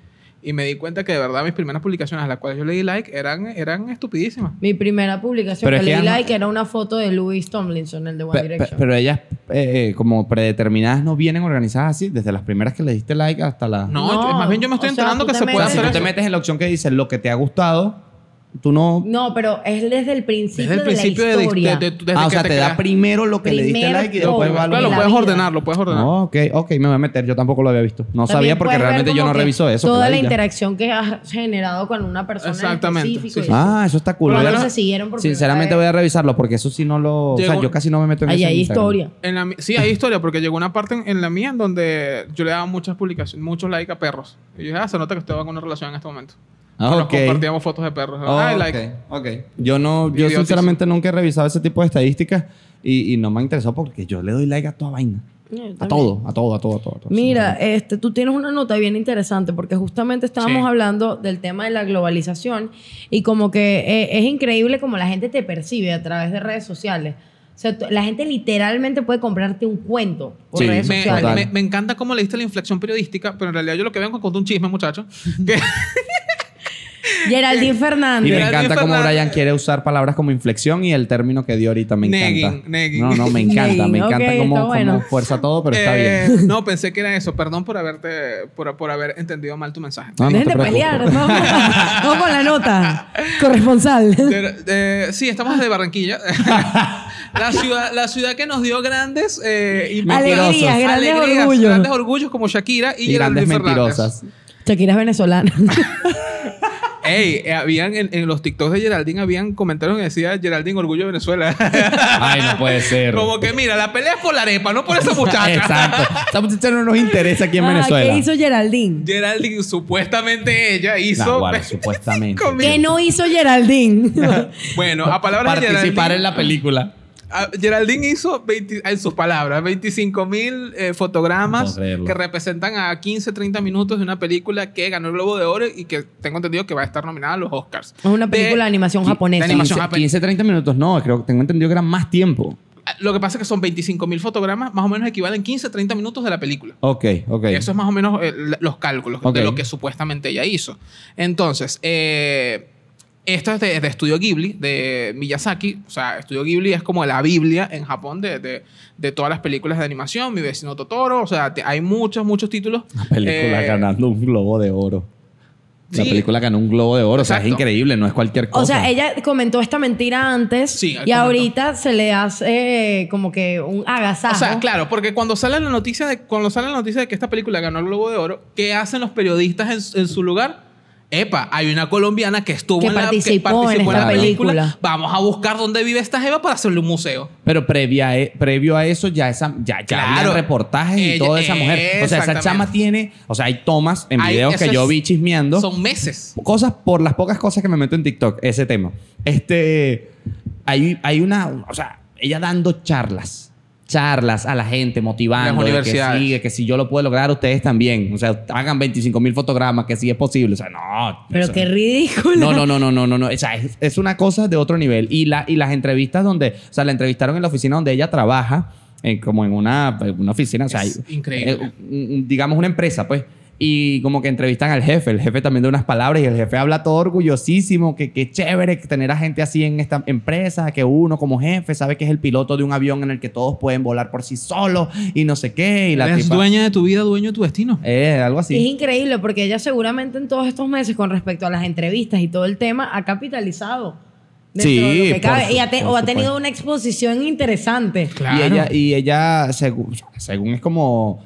Y me di cuenta que de verdad mis primeras publicaciones a las cuales yo le di like eran, eran estupidísimas.
Mi primera publicación
Pero es
que le
que
di
ya no-
like era una foto de Louis Tomlinson, el de One
Pe- pe-
Direction.
pero ellas, eh, eh, como predeterminadas, no vienen organizadas así, desde las primeras que le diste like hasta las.
No,
No,
más bien yo me estoy
o sea,
enterando
tú
que
te
se
O
puede
sea,
metes-
si
hacer
tú
eso.
te metes en la opción que dice lo que te ha gustado, Tú no...
No, pero es desde el principio,
Desde el principio
de
de,
la
de,
historia.
de- desde
ah, o
que
sea, te, da
creas.
primero lo que le diste
Primero
like y después
todo.
va lo
Claro,
la
lo puedes
vida.
ordenarlo, lo puedes ordenar.
No, ok, ok, me voy a meter. Yo tampoco lo había visto. No
También
sabía porque
puedes ver
realmente yo no
como que
reviso eso. pues,
Toda la
peladilla.
interacción que has generado con una persona.
Exactamente,
Exactamente.
sí, sí.
Ah, eso está cool.
Por lo
Voy a-
menos se siguieron por primera
Sinceramente
vez.
voy a revisarlo porque eso sí no lo... O sea,
Llegó-
yo casi no me meto en
Ahí
eso en
hay
Instagram.
historia.
En la mi- sí, hay historia, porque llegó una parte en, en la mía en donde yo le daba muchas publicaciones, muchos likes a perros. Y yo dije, ah, se nota que usted va con una relación en este momento.
Ah,
Nos
ok.
compartíamos fotos de perros.
Ah,
Ay, like.
ok, ok. Yo no, yo
Idiotísimo.
sinceramente nunca he revisado ese tipo de estadísticas y, y no me ha interesado porque yo le doy like a toda vaina. A todo, a todo, a todo, a todo. a todo.
Mira, este, tú tienes una nota bien interesante porque justamente estábamos
Sí.
hablando del tema de la globalización y como que eh, es increíble como la gente te percibe a través de redes sociales. O sea, tú- la gente literalmente puede comprarte un cuento por
Sí,
redes
Me,
sociales.
total.
me- me encanta cómo le diste la inflexión periodística, pero en realidad yo lo que vengo es contar un chisme,
*laughs*
muchacho. Que-
Geraldine
Y
Fernández.
me
Geraldine
encanta cómo
Fernández.
Brian quiere usar palabras como inflexión y el término que dio ahorita me
Negging,
encanta.
negging.
No, no, me encanta, me
Negging,
encanta
ok,
cómo,
está bueno.
cómo fuerza todo, pero está
Eh,
bien.
No, pensé que era eso. Perdón por haberte, por, por haber entendido mal tu mensaje.
No, no
Dejen
te
de
preocupes.
pelear, ¿no?
*laughs*
no con la nota. Corresponsal.
Pero, eh, sí, estamos
*laughs*
de Barranquilla. la, ciudad, la ciudad que nos dio grandes eh, y
Alegrías,
alegrías,
grandes orgullos.
grandes orgullos como Shakira y,
Y grandes
Geraldine Fernández.
mentirosas.
Shakira es venezolana.
Ey, eh, habían en, en los TikToks de Geraldine habían comentarios que decía Geraldine Orgullo de Venezuela.
Ay, no *laughs*
*laughs*
puede ser.
Como que mira, la pelea es por la arepa, no por esa muchacha.
Exacto. Esta muchacha no nos interesa aquí en
Ah,
Venezuela.
*laughs* ¿Qué hizo Geraldine?
*laughs* Geraldine, supuestamente ella hizo.
Nah, guarda,
*laughs*
supuestamente.
Cinco mil.
¿Qué no
*laughs*
hizo Geraldine?
Bueno, a palabras de
Participar
Geraldine.
en la película.
Ah, Geraldine hizo, 20 en sus palabras, 25 mil eh,
No
fotogramas
puedo creerlo.
que representan a 15, 30 minutos de una película que ganó el Globo de Oro y que tengo entendido que va a estar nominada a los Oscars.
Es una película de, animación
de
japonesa.
anima-
15, 15, 30 minutos, no, creo que tengo entendido que era más tiempo.
Ah, Lo que pasa es que son 25 mil fotogramas, más o menos equivalen 15, 30 minutos de la película.
Ok, ok.
Eso es más o menos eh, la- los cálculos
Ok.
de lo que supuestamente ella hizo. Entonces, eh, esto es de, de Estudio Ghibli, de Miyazaki. O sea, Estudio Ghibli es como la Biblia en Japón de, de- de todas las películas de animación. Mi vecino Totoro. O sea, te- hay muchos, muchos títulos.
La película
Eh,
ganando un globo de oro. La
sí.
película ganó un globo de oro, o sea, es
Exacto.
increíble, no es cualquier cosa.
O sea, ella comentó esta mentira antes
Sí,
y
comentó.
ahorita se le hace eh, como que un agasajo.
O sea, claro, porque cuando sale la noticia de, cuando sale la noticia de que esta película ganó el Globo de Oro, ¿qué hacen los periodistas en, su- en su lugar? Epa, hay una colombiana que estuvo
Que
en la,
participó en
en
esta
la película.
película.
Vamos a buscar dónde vive esta jeva para hacerle un museo.
Pero previa, eh, previo a eso, ya esa, ya, ya
Claro.
habían reportajes y
Ella-
todo de esa mujer. O sea, esa
exactamente.
chama tiene, o sea, hay tomas en
Hay-
videos
eso
que yo
es-
vi chismeando.
Son meses.
cosas por las pocas cosas que me meto en TikTok, ese tema. Este, hay, hay una, o sea, ella dando charlas, charlas a la gente, motivando,
Las
de que
universidades.
sigue, que si yo lo puedo lograr, ustedes también. O sea, hagan 25 mil fotogramas, que si es posible. O sea, no.
Pero
eso-
qué ridículo.
no, no, no, no, no, no, no. O sea, es, es una cosa de otro nivel. Y, la, y las entrevistas donde, o sea, la entrevistaron en la oficina donde ella trabaja, en- como en una, pues, una oficina, o sea,
Es
hay-
increíble.
eh, un- un- digamos una empresa, pues. Y como que entrevistan al jefe, el jefe también da unas palabras y el jefe habla todo orgullosísimo, que qué chévere tener a gente así en esta empresa, que uno como jefe sabe que es el piloto de un avión en el que todos pueden volar por sí solos y no sé qué. Y la
Eres
tipa,
dueña de tu vida, dueño de tu destino.
eh, algo así.
Es increíble porque ella seguramente en todos estos meses con respecto a las entrevistas y todo el tema ha capitalizado. dentro
Sí,
de lo que
por
cabe,
su-
y ha te-
por
o ha
supuesto.
tenido una exposición interesante.
Y ella, y ella según, según es como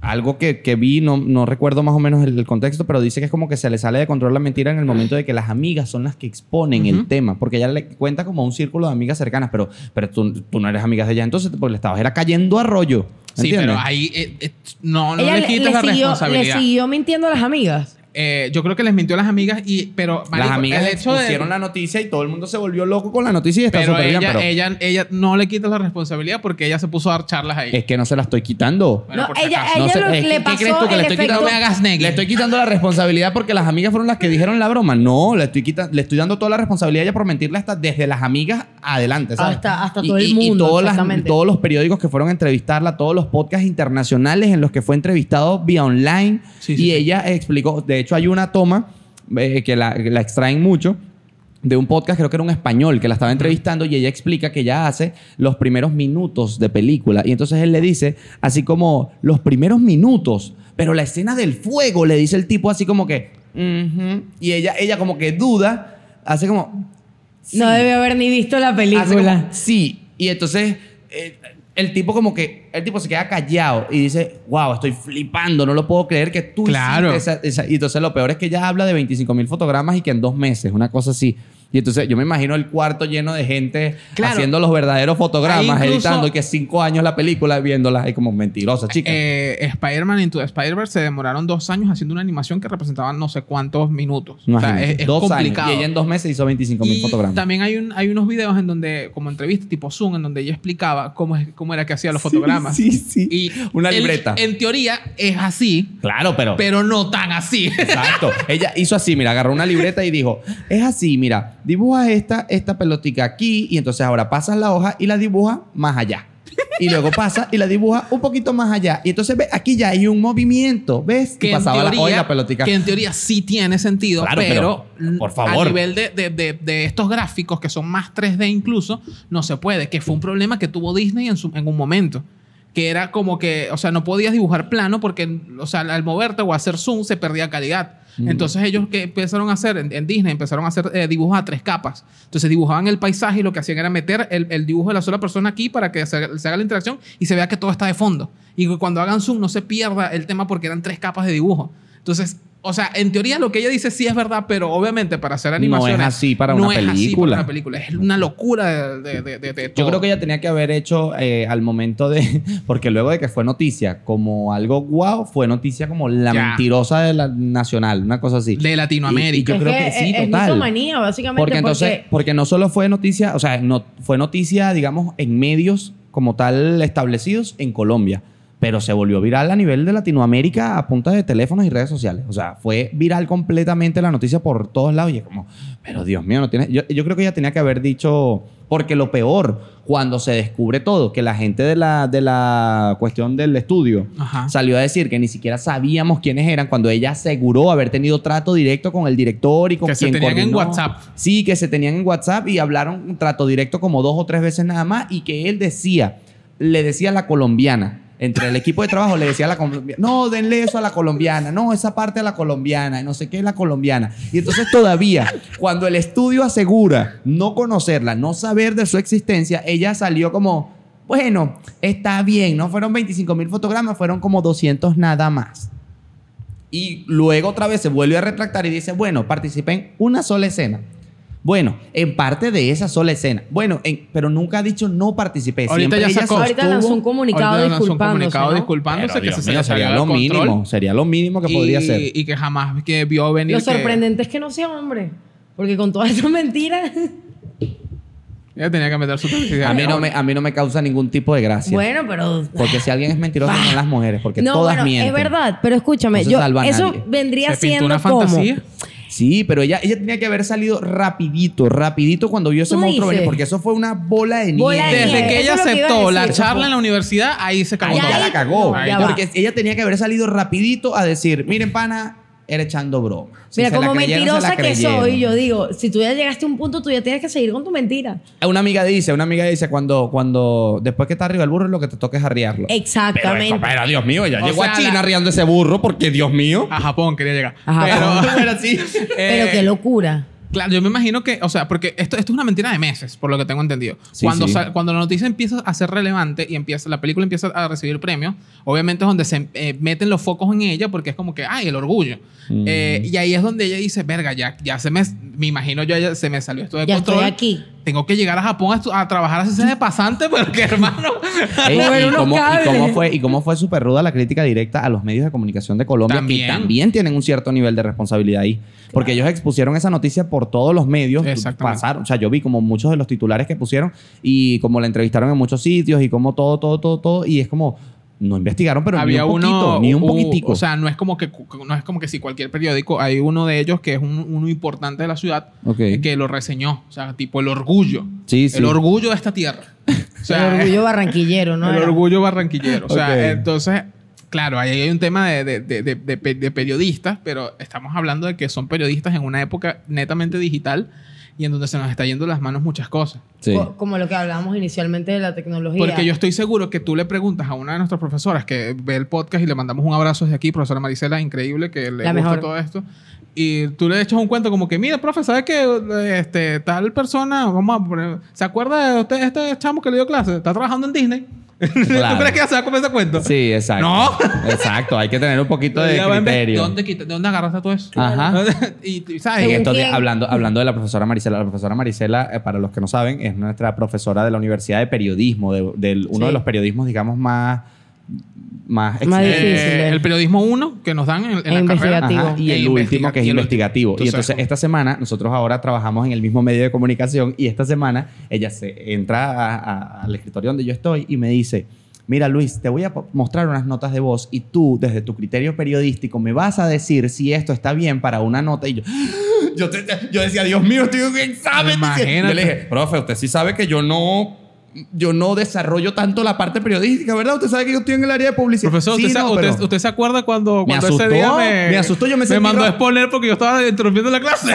algo que, que vi, no, no recuerdo más o menos el, el contexto, pero dice que es como que se le sale de control la mentira en el momento de que las amigas son las que exponen el tema, porque ella le cuenta como un círculo de amigas cercanas, pero, pero tú, tú no eres amigas de ella, entonces pues, le estabas era cayendo a rollo.
Sí,
¿entiendes?
pero ahí eh, eh, no, no
ella
le quitas la
siguió, le
responsabilidad.
siguió mintiendo a las amigas.
Eh, yo creo que les mintió a las amigas y pero
las
marico,
amigas
el hecho de-
pusieron la noticia y todo el mundo se volvió loco con la noticia y está
pero
súper
ella,
bien, pero
ella ella no le quita la responsabilidad porque ella se puso a dar charlas ahí.
es que no se la estoy quitando.
Bueno,
No,
por si
ella
acaso.
No
ella
sé,
lo-
es que,
le
¿qué
pasó
crees tú que
el
le estoy
efecto.
quitando?
No me hagas negue.
Le estoy quitando la responsabilidad porque las amigas fueron las que dijeron la broma. No, le estoy quitando, le estoy dando toda la responsabilidad a ella por mentirle hasta desde las amigas adelante. ¿sabes?
Hasta- hasta
Y-
todo el
y- Y
mundo,
todas las-
exactamente.
todos los periódicos que fueron a entrevistarla, todos los podcasts internacionales en los que fue entrevistado vía online.
Sí,
y
sí, sí.
ella explicó, de hecho hay una toma eh, que la, la extraen mucho de un podcast, creo que era un español, que la estaba entrevistando y ella explica que ella hace los primeros minutos de película. Y entonces él le dice, así como, los primeros minutos, pero la escena del fuego, le dice el tipo así como que, "Ujú". y ella, ella como que duda. hace como.
No debió haber ni visto la
Hace como,
película.
sí. Y entonces eh, el tipo como que el tipo se queda callado y dice, "Wow, estoy flipando, no lo puedo creer que tú
Claro.
hiciste esa- esa-". Y entonces lo peor es que ella habla de 25 mil fotogramas y que en dos meses, una cosa así. Y entonces yo me imagino el cuarto lleno de gente
Claro.
haciendo los verdaderos fotogramas,
Ahí incluso-
editando, y que cinco años la película viéndola y como mentirosa, chica.
Eh, Spider-Man Into the Spider-Verse se demoraron dos años haciendo una animación que representaba no sé cuántos minutos. O sea,
Imagínate,
es, es
dos
complicado.
años. Y ella en dos meses hizo 25 mil
Y
fotogramas.
también hay, un, hay unos videos en donde, como entrevista tipo Zoom, en donde ella explicaba cómo, es- cómo era que hacía los
*laughs*
fotogramas.
Sí, sí.
Y
Una
el-
libreta.
En teoría es así,
claro, pero
pero no tan así.
Exacto. Ella hizo así, mira, agarró una libreta y dijo, es así, mira, dibuja esta, esta pelotica aquí y entonces ahora pasas la hoja y la dibuja más allá. Y luego pasa y la dibuja un poquito más allá. Y entonces ve, aquí ya hay un movimiento, ¿ves?
*laughs* que,
y
en
pasaba la hoja y
teoría,
la pelotica.
que en teoría sí tiene sentido,
Claro,
pero,
pero, por
mm,
favor.
a nivel de, de- de- de estos gráficos que son más 3D incluso, no se puede, que fue un problema que tuvo Disney en, su- en un momento. Que era como que, o sea, no podías dibujar plano porque, o sea, al moverte o hacer zoom se perdía calidad. Entonces ellos que empezaron a hacer en, en Disney, empezaron a hacer eh, dibujos a tres capas. Entonces dibujaban el paisaje y lo que hacían era meter el, el dibujo de la sola persona aquí para que se, se haga la interacción y se vea que todo está de fondo. Y que cuando hagan zoom no se pierda el tema porque eran tres capas de dibujo. Entonces, o sea, en teoría lo que ella dice sí es verdad, pero obviamente para hacer animaciones
es así para una
es así
película.
una película. Es una locura de, de- de- de- de
Yo
todo.
creo que ella tenía que haber hecho eh, al momento de. *laughs* Porque luego de que fue noticia como algo guau, fue noticia como la
Ya.
mentirosa de la nacional, una cosa así.
de Latinoamérica.
yo
Es
creo que sí,
es- es
total.
mitomanía, básicamente.
Porque entonces, porque... no solo fue noticia, o sea, no, fue noticia, digamos, en medios como tal establecidos en Colombia, pero se volvió viral a nivel de Latinoamérica a punta de teléfonos y redes sociales. O sea, fue viral completamente la noticia por todos lados y es como, pero Dios mío, no tiene... Yo, yo creo que ella tenía que haber dicho, porque lo peor, cuando se descubre todo, que la gente de la, de la cuestión del estudio
Ajá.
salió a decir que ni siquiera sabíamos quiénes eran cuando ella aseguró haber tenido trato directo con el director y con
Que se
quien
tenían en
coordinó.
WhatsApp.
Sí, que se tenían en WhatsApp y hablaron un trato directo como dos o tres veces nada más y que él decía, le decía a la colombiana, entre el equipo de trabajo le decía a la colombiana, no, denle eso a la colombiana, no, esa parte a la colombiana, y no sé qué es la colombiana. Y entonces todavía, cuando el estudio asegura no conocerla, no saber de su existencia, ella salió como... Bueno, está bien, no fueron 25 mil fotogramas, fueron como 200 nada más. Y luego otra vez se vuelve a retractar y dice, bueno, participé en una sola escena. Bueno, en parte de esa sola escena. Bueno, en- pero nunca ha dicho no participé.
Ahorita
Siempre
ya
ella
sacó.
sostuvo-
Ahorita lanzó un comunicado
Ahorita lanzó un
disculpándose,
comunicado
¿no?
disculpándose
Pero,
que
Dios
se,
mío,
se
sería
salió
lo
del control
mínimo. Sería lo mínimo que
y,
podría ser.
y que jamás que vio venir.
Lo
que-
sorprendente es que no sea hombre. Porque con todas estas mentiras.
Ella tenía que meter su
a, mí no me, a mí no me causa ningún tipo de gracia.
Bueno, pero.
porque si alguien es mentiroso son las mujeres, porque
no,
todas
bueno,
mienten.
es verdad, pero escúchame,
No se
yo,
salva a
eso
nadie.
vendría
Se pintó
siendo
una
como-
fantasía.
Sí, pero ella, ella tenía que haber salido rapidito, rapidito cuando vio ese
Tú
monstruo venir,
dices.
porque eso fue una bola de nieve.
Bola de
Desde
nieve.
que
Eso
ella
es lo que iba a
aceptó la
decir.
charla en la universidad, ahí se cagó
Ahí
Ya
ya
todo.
la
ahí-
cagó.
no, ya
porque
va.
ella tenía que haber salido rapidito a decir, miren pana, era echando broma. Si
Mira,
se la
como
creyeron, se la
mentirosa que
creyeron.
soy, yo digo, si tú ya llegaste a un punto, tú ya tienes que seguir con tu mentira.
Una amiga dice, una amiga dice, cuando, cuando después que está arriba el burro, lo que te toca es arriarlo. Pero,
Exactamente.
esto, pero, Dios mío, ya
O
llegó a
sea,
China
la-
arriando ese burro porque Dios mío.
A Japón quería llegar.
Ajá,
Pero-
*laughs*
Pero, bueno, sí.
Pero
Eh,
qué locura.
Claro, yo me imagino que, o sea, porque esto, esto es una mentira de meses, por lo que tengo entendido.
Sí,
cuando,
sí.
sal- cuando la noticia empieza a ser relevante y empieza, la película empieza a recibir premios, obviamente es donde se eh, meten los focos en ella porque es como que, ay, el orgullo.
Mm.
Eh, y ahí es donde ella dice, verga, ya, ya se me, me imagino yo, ya se me salió esto de
Ya
control.
estoy aquí.
Tengo que llegar a Japón a estu- a, trabajar así de pasante porque, *laughs* hermano,
Ey,
Mover
y,
unos
cómo, y
cables.
cómo fue y cómo fue súper ruda la crítica directa a los medios de comunicación de Colombia
También.
que también tienen un cierto nivel de responsabilidad ahí porque ellos expusieron esa noticia por todos los medios
Exactamente.
pasaron o sea yo vi como muchos de los titulares que pusieron y como la entrevistaron en muchos sitios y como todo todo todo todo y es como no investigaron pero
había
ni un poquito
uno,
ni un
u-
poquitico
O sea, no es como que, cu- no es como que si cualquier periódico, hay uno de ellos que es un- uno importante de la ciudad eh,
Ok.
que lo reseñó. O sea, tipo el orgullo.
Sí, sí.
El orgullo de
*laughs*
esta tierra. O sea,
el
*laughs*
orgullo barranquillero, ¿no?
el
Era.
orgullo barranquillero. O sea,
Ok.
entonces, claro, ahí hay un tema de, de- de- de- de pe- de periodistas, pero estamos hablando de que son periodistas en una época netamente digital y en donde se nos está yendo las manos muchas cosas.
Sí.
Co- Como lo que hablábamos inicialmente de la tecnología.
Porque yo estoy seguro que tú le preguntas a una de nuestras profesoras que ve el podcast y le mandamos un abrazo desde aquí, profesora Marisela, increíble que le
La
gusta
mejor.
todo esto. y tú le echas un cuento como que, mira, profe, ¿sabes que este, tal persona, vamos a poner, ¿se acuerda de usted, este chamo que le dio clase? Está trabajando en Disney. *laughs*
Claro.
¿Tú crees que ya se va a comer ese cuento?
Sí, exacto.
No.
Exacto, hay que tener un poquito de
Ya va a inve- ¿De
criterio.
dónde, quita- de dónde agarraste todo eso?
Ajá.
*laughs* y, y,
En
¿sabes?
Según
estos días,
quién.
hablando, hablando de la profesora Marisela, la profesora Marisela, eh, para los que no saben, es nuestra profesora de la Universidad de Periodismo, de, del- uno
Sí.
de los periodismos, digamos, más, más
Más
exigentes.
difícil, eh.
Eh, el periodismo 1 que nos dan en, en la
Investigativo.
carrera.
investigativo.
Ajá, y
E
el
investiga-
último que es
y el
investigativo.
último.
Y
Tú sabes
entonces
cómo.
esta semana nosotros ahora trabajamos en el mismo medio de comunicación y esta semana ella se entra a- a- al escritorio donde yo estoy y me dice, mira Luis, te voy a po- mostrar unas notas de voz y tú desde tu criterio periodístico me vas a decir si esto está bien para una nota y yo... *gasps* Yo, te- yo decía, Dios mío, estoy en un examen.
Imagínate.
Yo le dije, profe, usted sí sabe que yo no, yo no desarrollo tanto la parte periodística, ¿verdad? Usted sabe que yo estoy en el área de publicidad.
Profesor,
Sí,
usted,
no,
se, usted-
pero-
usted se acuerda cuando,
Me
cuando
asustó,
ese día me,
me asustó, yo me sentí
mandó a
ra-
exponer porque yo estaba interrumpiendo la clase.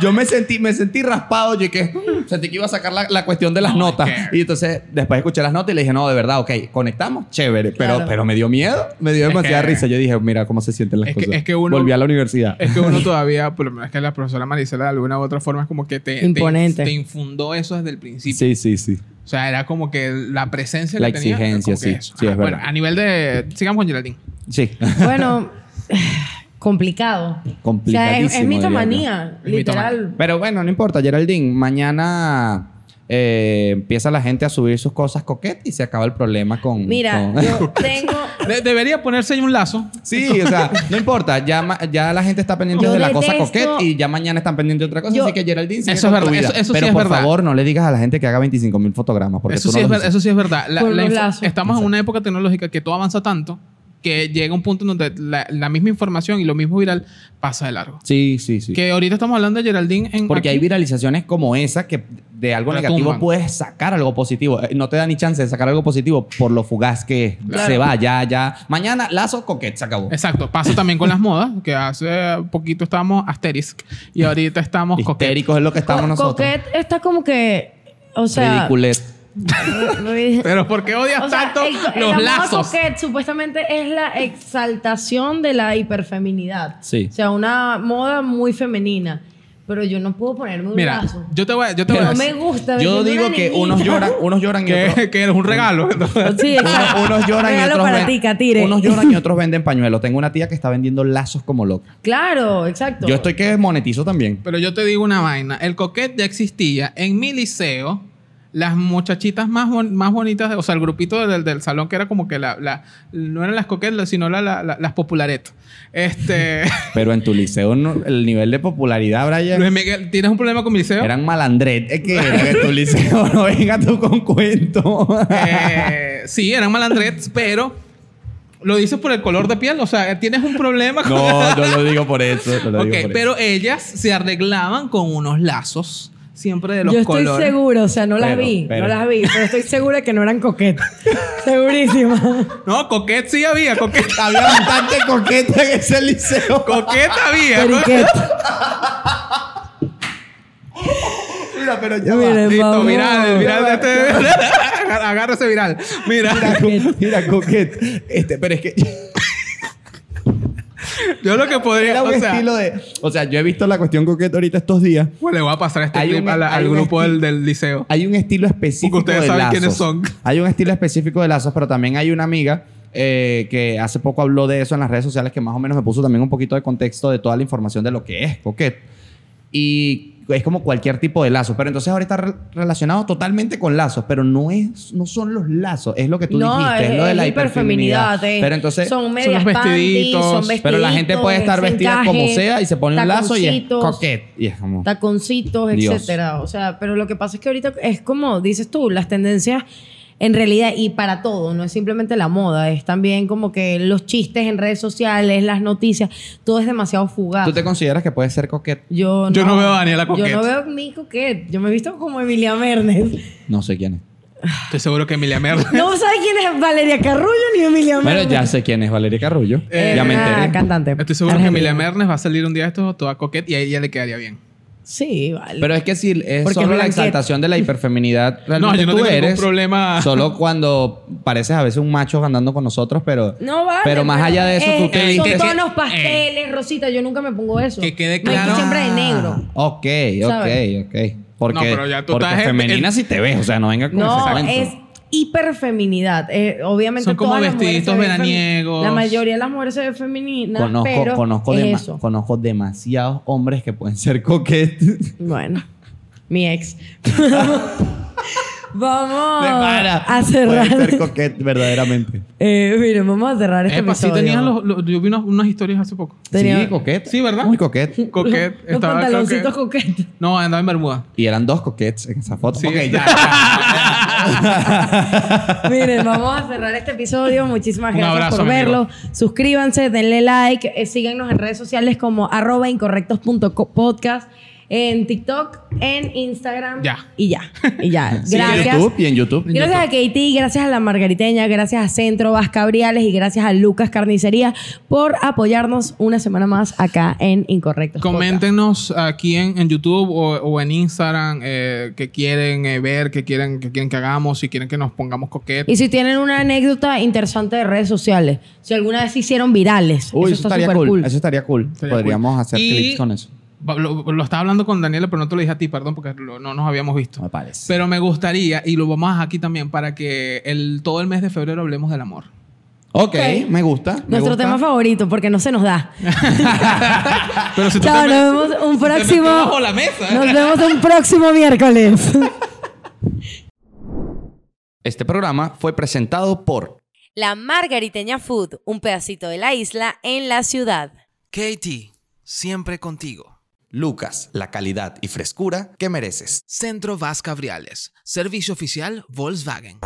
Yo me sentí, me sentí raspado, yo que "Mm", sentí que iba a sacar la, la cuestión de las notas.
es que-
Y entonces después escuché las notas y le dije, no, de verdad, ok, conectamos, chévere. Pero,
Claro.
pero me dio miedo, me dio
Es
demasiada
que-
risa. Yo dije, mira cómo se sienten las
es que-
cosas.
es que uno-
Volví a la universidad.
*laughs* Es que uno todavía, por lo menos que la profesora Marisela de alguna u otra forma es como que te, te-
Imponente.
Te, infundó eso desde el principio.
Sí, sí, sí.
O sea, era como que la presencia
La
que tenía, era
exigencia,
como que
sí. Sí, es
bueno,
verdad.
a nivel de... Sigamos con Geraldine.
Sí. *laughs*
Bueno, *laughs* complicado. O sea, es-
Complicadísimo.
es, mitomanía,
Es
literal.
Pero bueno, no importa, Geraldine. Mañana eh, empieza la gente a subir sus cosas coquetas y se acaba el problema con.
Mira,
con- *laughs*
yo tengo...
De- debería ponerse ahí un lazo.
Sí, o sea, no importa. Ya, ma- ya la gente está pendiente
Yo
de la cosa
detesto-
coquet y ya mañana están pendientes de otra cosa.
Yo-
así que Geraldine, sigue
Eso es
con tu
verdad,
vida.
eso- eso sí
Pero
es
por
verdad.
favor, no le digas a la gente que haga 25 mil fotogramas. Porque
Eso
tú
sí,
no los
es ver-
hiciste.
eso sí es verdad. La-
Con
la
los
info-
lazos.
Estamos en una época tecnológica que todo avanza tanto que llega un punto en donde la, la misma información y lo mismo viral pasa de largo.
Sí, sí, sí.
Que ahorita estamos hablando de Geraldine en...
Porque hay
aquí.
viralizaciones como esa que de algo
La
negativo
tumban.
puedes sacar algo positivo. Eh, No te da ni chance de sacar algo positivo por lo fugaz que es.
Claro.
se va, ya, ya. Mañana, lazo, coquet, se acabó.
Exacto. Pasa también con las modas, que hace poquito estábamos asterisk y ahorita estamos coquetes.
Histéricos es lo que estamos
Co-
nosotros.
Coquette está como que... O sea... *laughs*
Ridiculez.
ri-
Pero ¿por qué odias
O sea,
tanto
el- el
los
amor
lazos?
coquet, supuestamente es la exaltación de la hiperfeminidad.
Sí.
O sea, una moda muy femenina. Pero yo no puedo ponerme un
Mira,
lazo.
yo te voy, a- yo te voy a
no
decir
me gusta.
Yo
siendo
digo
una
que
niñita.
unos lloran, unos
*laughs*
lloran y otros...
que, que eres un regalo.
*laughs* Sí,
Unos, unos lloran y
Regalo
otros
para
ven-
ti, Katire.
Unos lloran
*laughs*
y otros venden pañuelos. Tengo una tía que está vendiendo lazos como loca.
Claro, exacto.
Yo estoy que monetizo también.
Pero yo te digo una vaina. El coquet ya existía. En mi liceo, las muchachitas más, bon- más bonitas, o sea, el grupito del, del salón que era como que la, la- no eran las coquetas, sino la- la- la- las popularetas. Este,
Pero en tu liceo no- el nivel de popularidad, Brian,
Luis Miguel, ¿tienes un problema con mi liceo?
eran malandret. Es que era que en tu liceo no venga tú con cuento.
Eh, sí, eran malandrets, pero lo dices por el color de piel. O sea, tienes un problema con...
No,
*laughs*
no lo digo por eso. no lo
Ok,
digo por
pero ellas se arreglaban con unos lazos, siempre de los
Yo estoy
colores.
segura, o sea, no las
Pero,
vi,
pero.
no las vi, pero estoy segura que no
*laughs*
eran coquetas. Segurísima.
No, coquet sí había, coquet, *laughs*
eso. Había bastante coqueta en ese liceo.
coquet había. ¿no?
Periquet.
Mira, pero ya va.
Miren,
*laughs* Listo,
vamos.
viral, el viral de este. *laughs* Agar- Agarra ese viral. Mira,
Mira, co- mira, coquet. Este, pero es que...
*laughs* yo lo que podría.
Era un
O sea,
estilo de. O sea, yo he visto la cuestión coqueta ahorita estos días.
pues le voy a pasar este
Hay
clip
un-
a la-
hay
al
un
grupo
esti-
del, del liceo.
Hay un estilo específico
Porque ustedes
de
saben
lazos.
quiénes son.
Hay un estilo específico de lazos, pero también hay una amiga eh, que hace poco habló de eso en las redes sociales que más o menos me puso también un poquito de contexto de toda la información de lo que es coquet. Y es como cualquier tipo de lazo. Pero entonces ahora está re- relacionado totalmente con lazos, pero no es, no son los lazos, es lo que tú dijiste, es, lo de la hiperfeminidad.
eh.
Pero entonces.
son medias
los
panties,
vestiditos,
son vestiditos.
Pero la gente puede estar
ese
vestida
encaje,
como sea y se pone un lazo y es
taconcitos,
coquet. Y es como.
Taconcitos,
Dios.
etcétera. O sea, pero lo que pasa es que ahorita es como dices tú, las tendencias en realidad y para todo, no es simplemente la moda, es también como que los chistes en redes sociales, las noticias, todo es demasiado fugaz.
¿Tú te consideras que puedes ser coquet?
Yo no,
Yo no veo a Daniela Coquet.
Yo no veo ni coquet. Yo me he visto como Emilia Mernes.
No sé quién es.
Estoy seguro que Emilia Merda.
No sabe quién es Valeria Carrullo ni Emilia
Bueno,
Mernes.
ya sé quién es Valeria Carrullo.
Eh,
ya me
Una
enteré.
ah, cantante.
Estoy seguro que
argentina.
Emilia Mernes va a salir un día de estos toda coquet y a ella le quedaría bien.
Sí, vale.
Pero es que si es
Porque
solo la
Blanquet-
exaltación de la hiperfeminidad,
*laughs* No,
realmente
yo no
tú
tengo ningún
eres,
problema. *laughs*
Solo cuando pareces a veces un macho andando con nosotros, pero.
no vale. eh,
Pero más allá de eso, tú te
Son
dices- eh,
tonos pasteles, Rosita. Yo nunca me pongo eso.
Que quede
Mikey
claro.
siempre de negro.
Ok,
¿Sabes?
ok, ok. Porque,
No, pero ya tú
porque
estás-
femenina sí te ves, o sea, no venga con ese
No,
cuento.
es hiperfeminidad. Eh, obviamente
Son como
todas las mujeres se
vestiditos
ven femi-
veraniegos.
La mayoría de las mujeres se ven femeninas,
Conozco,
pero
conozco,
es
dema-
eso.
conozco demasiados hombres que pueden ser
*laughs*
coquetes.
Bueno, mi
*laughs*
ex. vamos
De para.
a
Pueden ser
cerrar.
coquetes, verdaderamente.
Eh, miren, vamos a cerrar este
Epa, sí
episodio.
tenían los, los- yo vi unas, unas historias hace poco.
Tenía-
Sí, coquetes.
Sí, ¿verdad?
Muy coquetes.
Coquet,
los
estaba-
pantaloncitos
creo
coquetos.
que- No, andaba en Bermuda.
Y eran dos coquetes en esa foto.
Sí,
Ok, ya.
ya, ya.
Miren, vamos a cerrar este episodio. Muchísimas
Un
gracias
abrazo,
por verlo.
amigo.
Suscríbanse, denle like, eh, síganos en redes sociales como arroba incorrectos.podcast, en TikTok, en Instagram.
Ya.
Y ya. Y ya.
*laughs* Sí, En
gracias.
YouTube y en YouTube.
Gracias a Katie, gracias a la Margariteña, gracias a Centro Vas Cabriales y gracias a Lucas Carnicería por apoyarnos una semana más acá en Incorrectos.
Coméntenos aquí en, en YouTube o, o en Instagram eh, que quieren eh, ver, que quieren, que quieren que hagamos, si quieren que nos pongamos coquetes.
Y si tienen una anécdota interesante de redes sociales, si alguna vez se hicieron virales,
Uy, eso,
eso, está
estaría
súper
cool.
cool.
Eso estaría cool.
Estaría
Podríamos
cool.
hacer
Y-
clips con eso.
Lo, lo estaba hablando con Daniela, pero no te lo dije a ti, perdón, porque lo- no nos habíamos visto.
Me parece.
Pero me gustaría, y lo vamos a dejar aquí también, para que el, todo el mes de febrero hablemos del amor.
Ok, me gusta. me
Nuestro
gusta.
tema favorito, porque no se nos da.
*laughs* Pero si tú
Chao,
te me-
nos vemos un
te metió
próximo.
bajo la mesa.
Nos vemos un próximo miércoles.
Este programa fue presentado por
La Margariteña Food, un pedacito de la isla en la ciudad.
Katie, siempre contigo.
Lucas, la calidad y frescura que mereces.
Centro Vas Cabriales. Servicio oficial Volkswagen.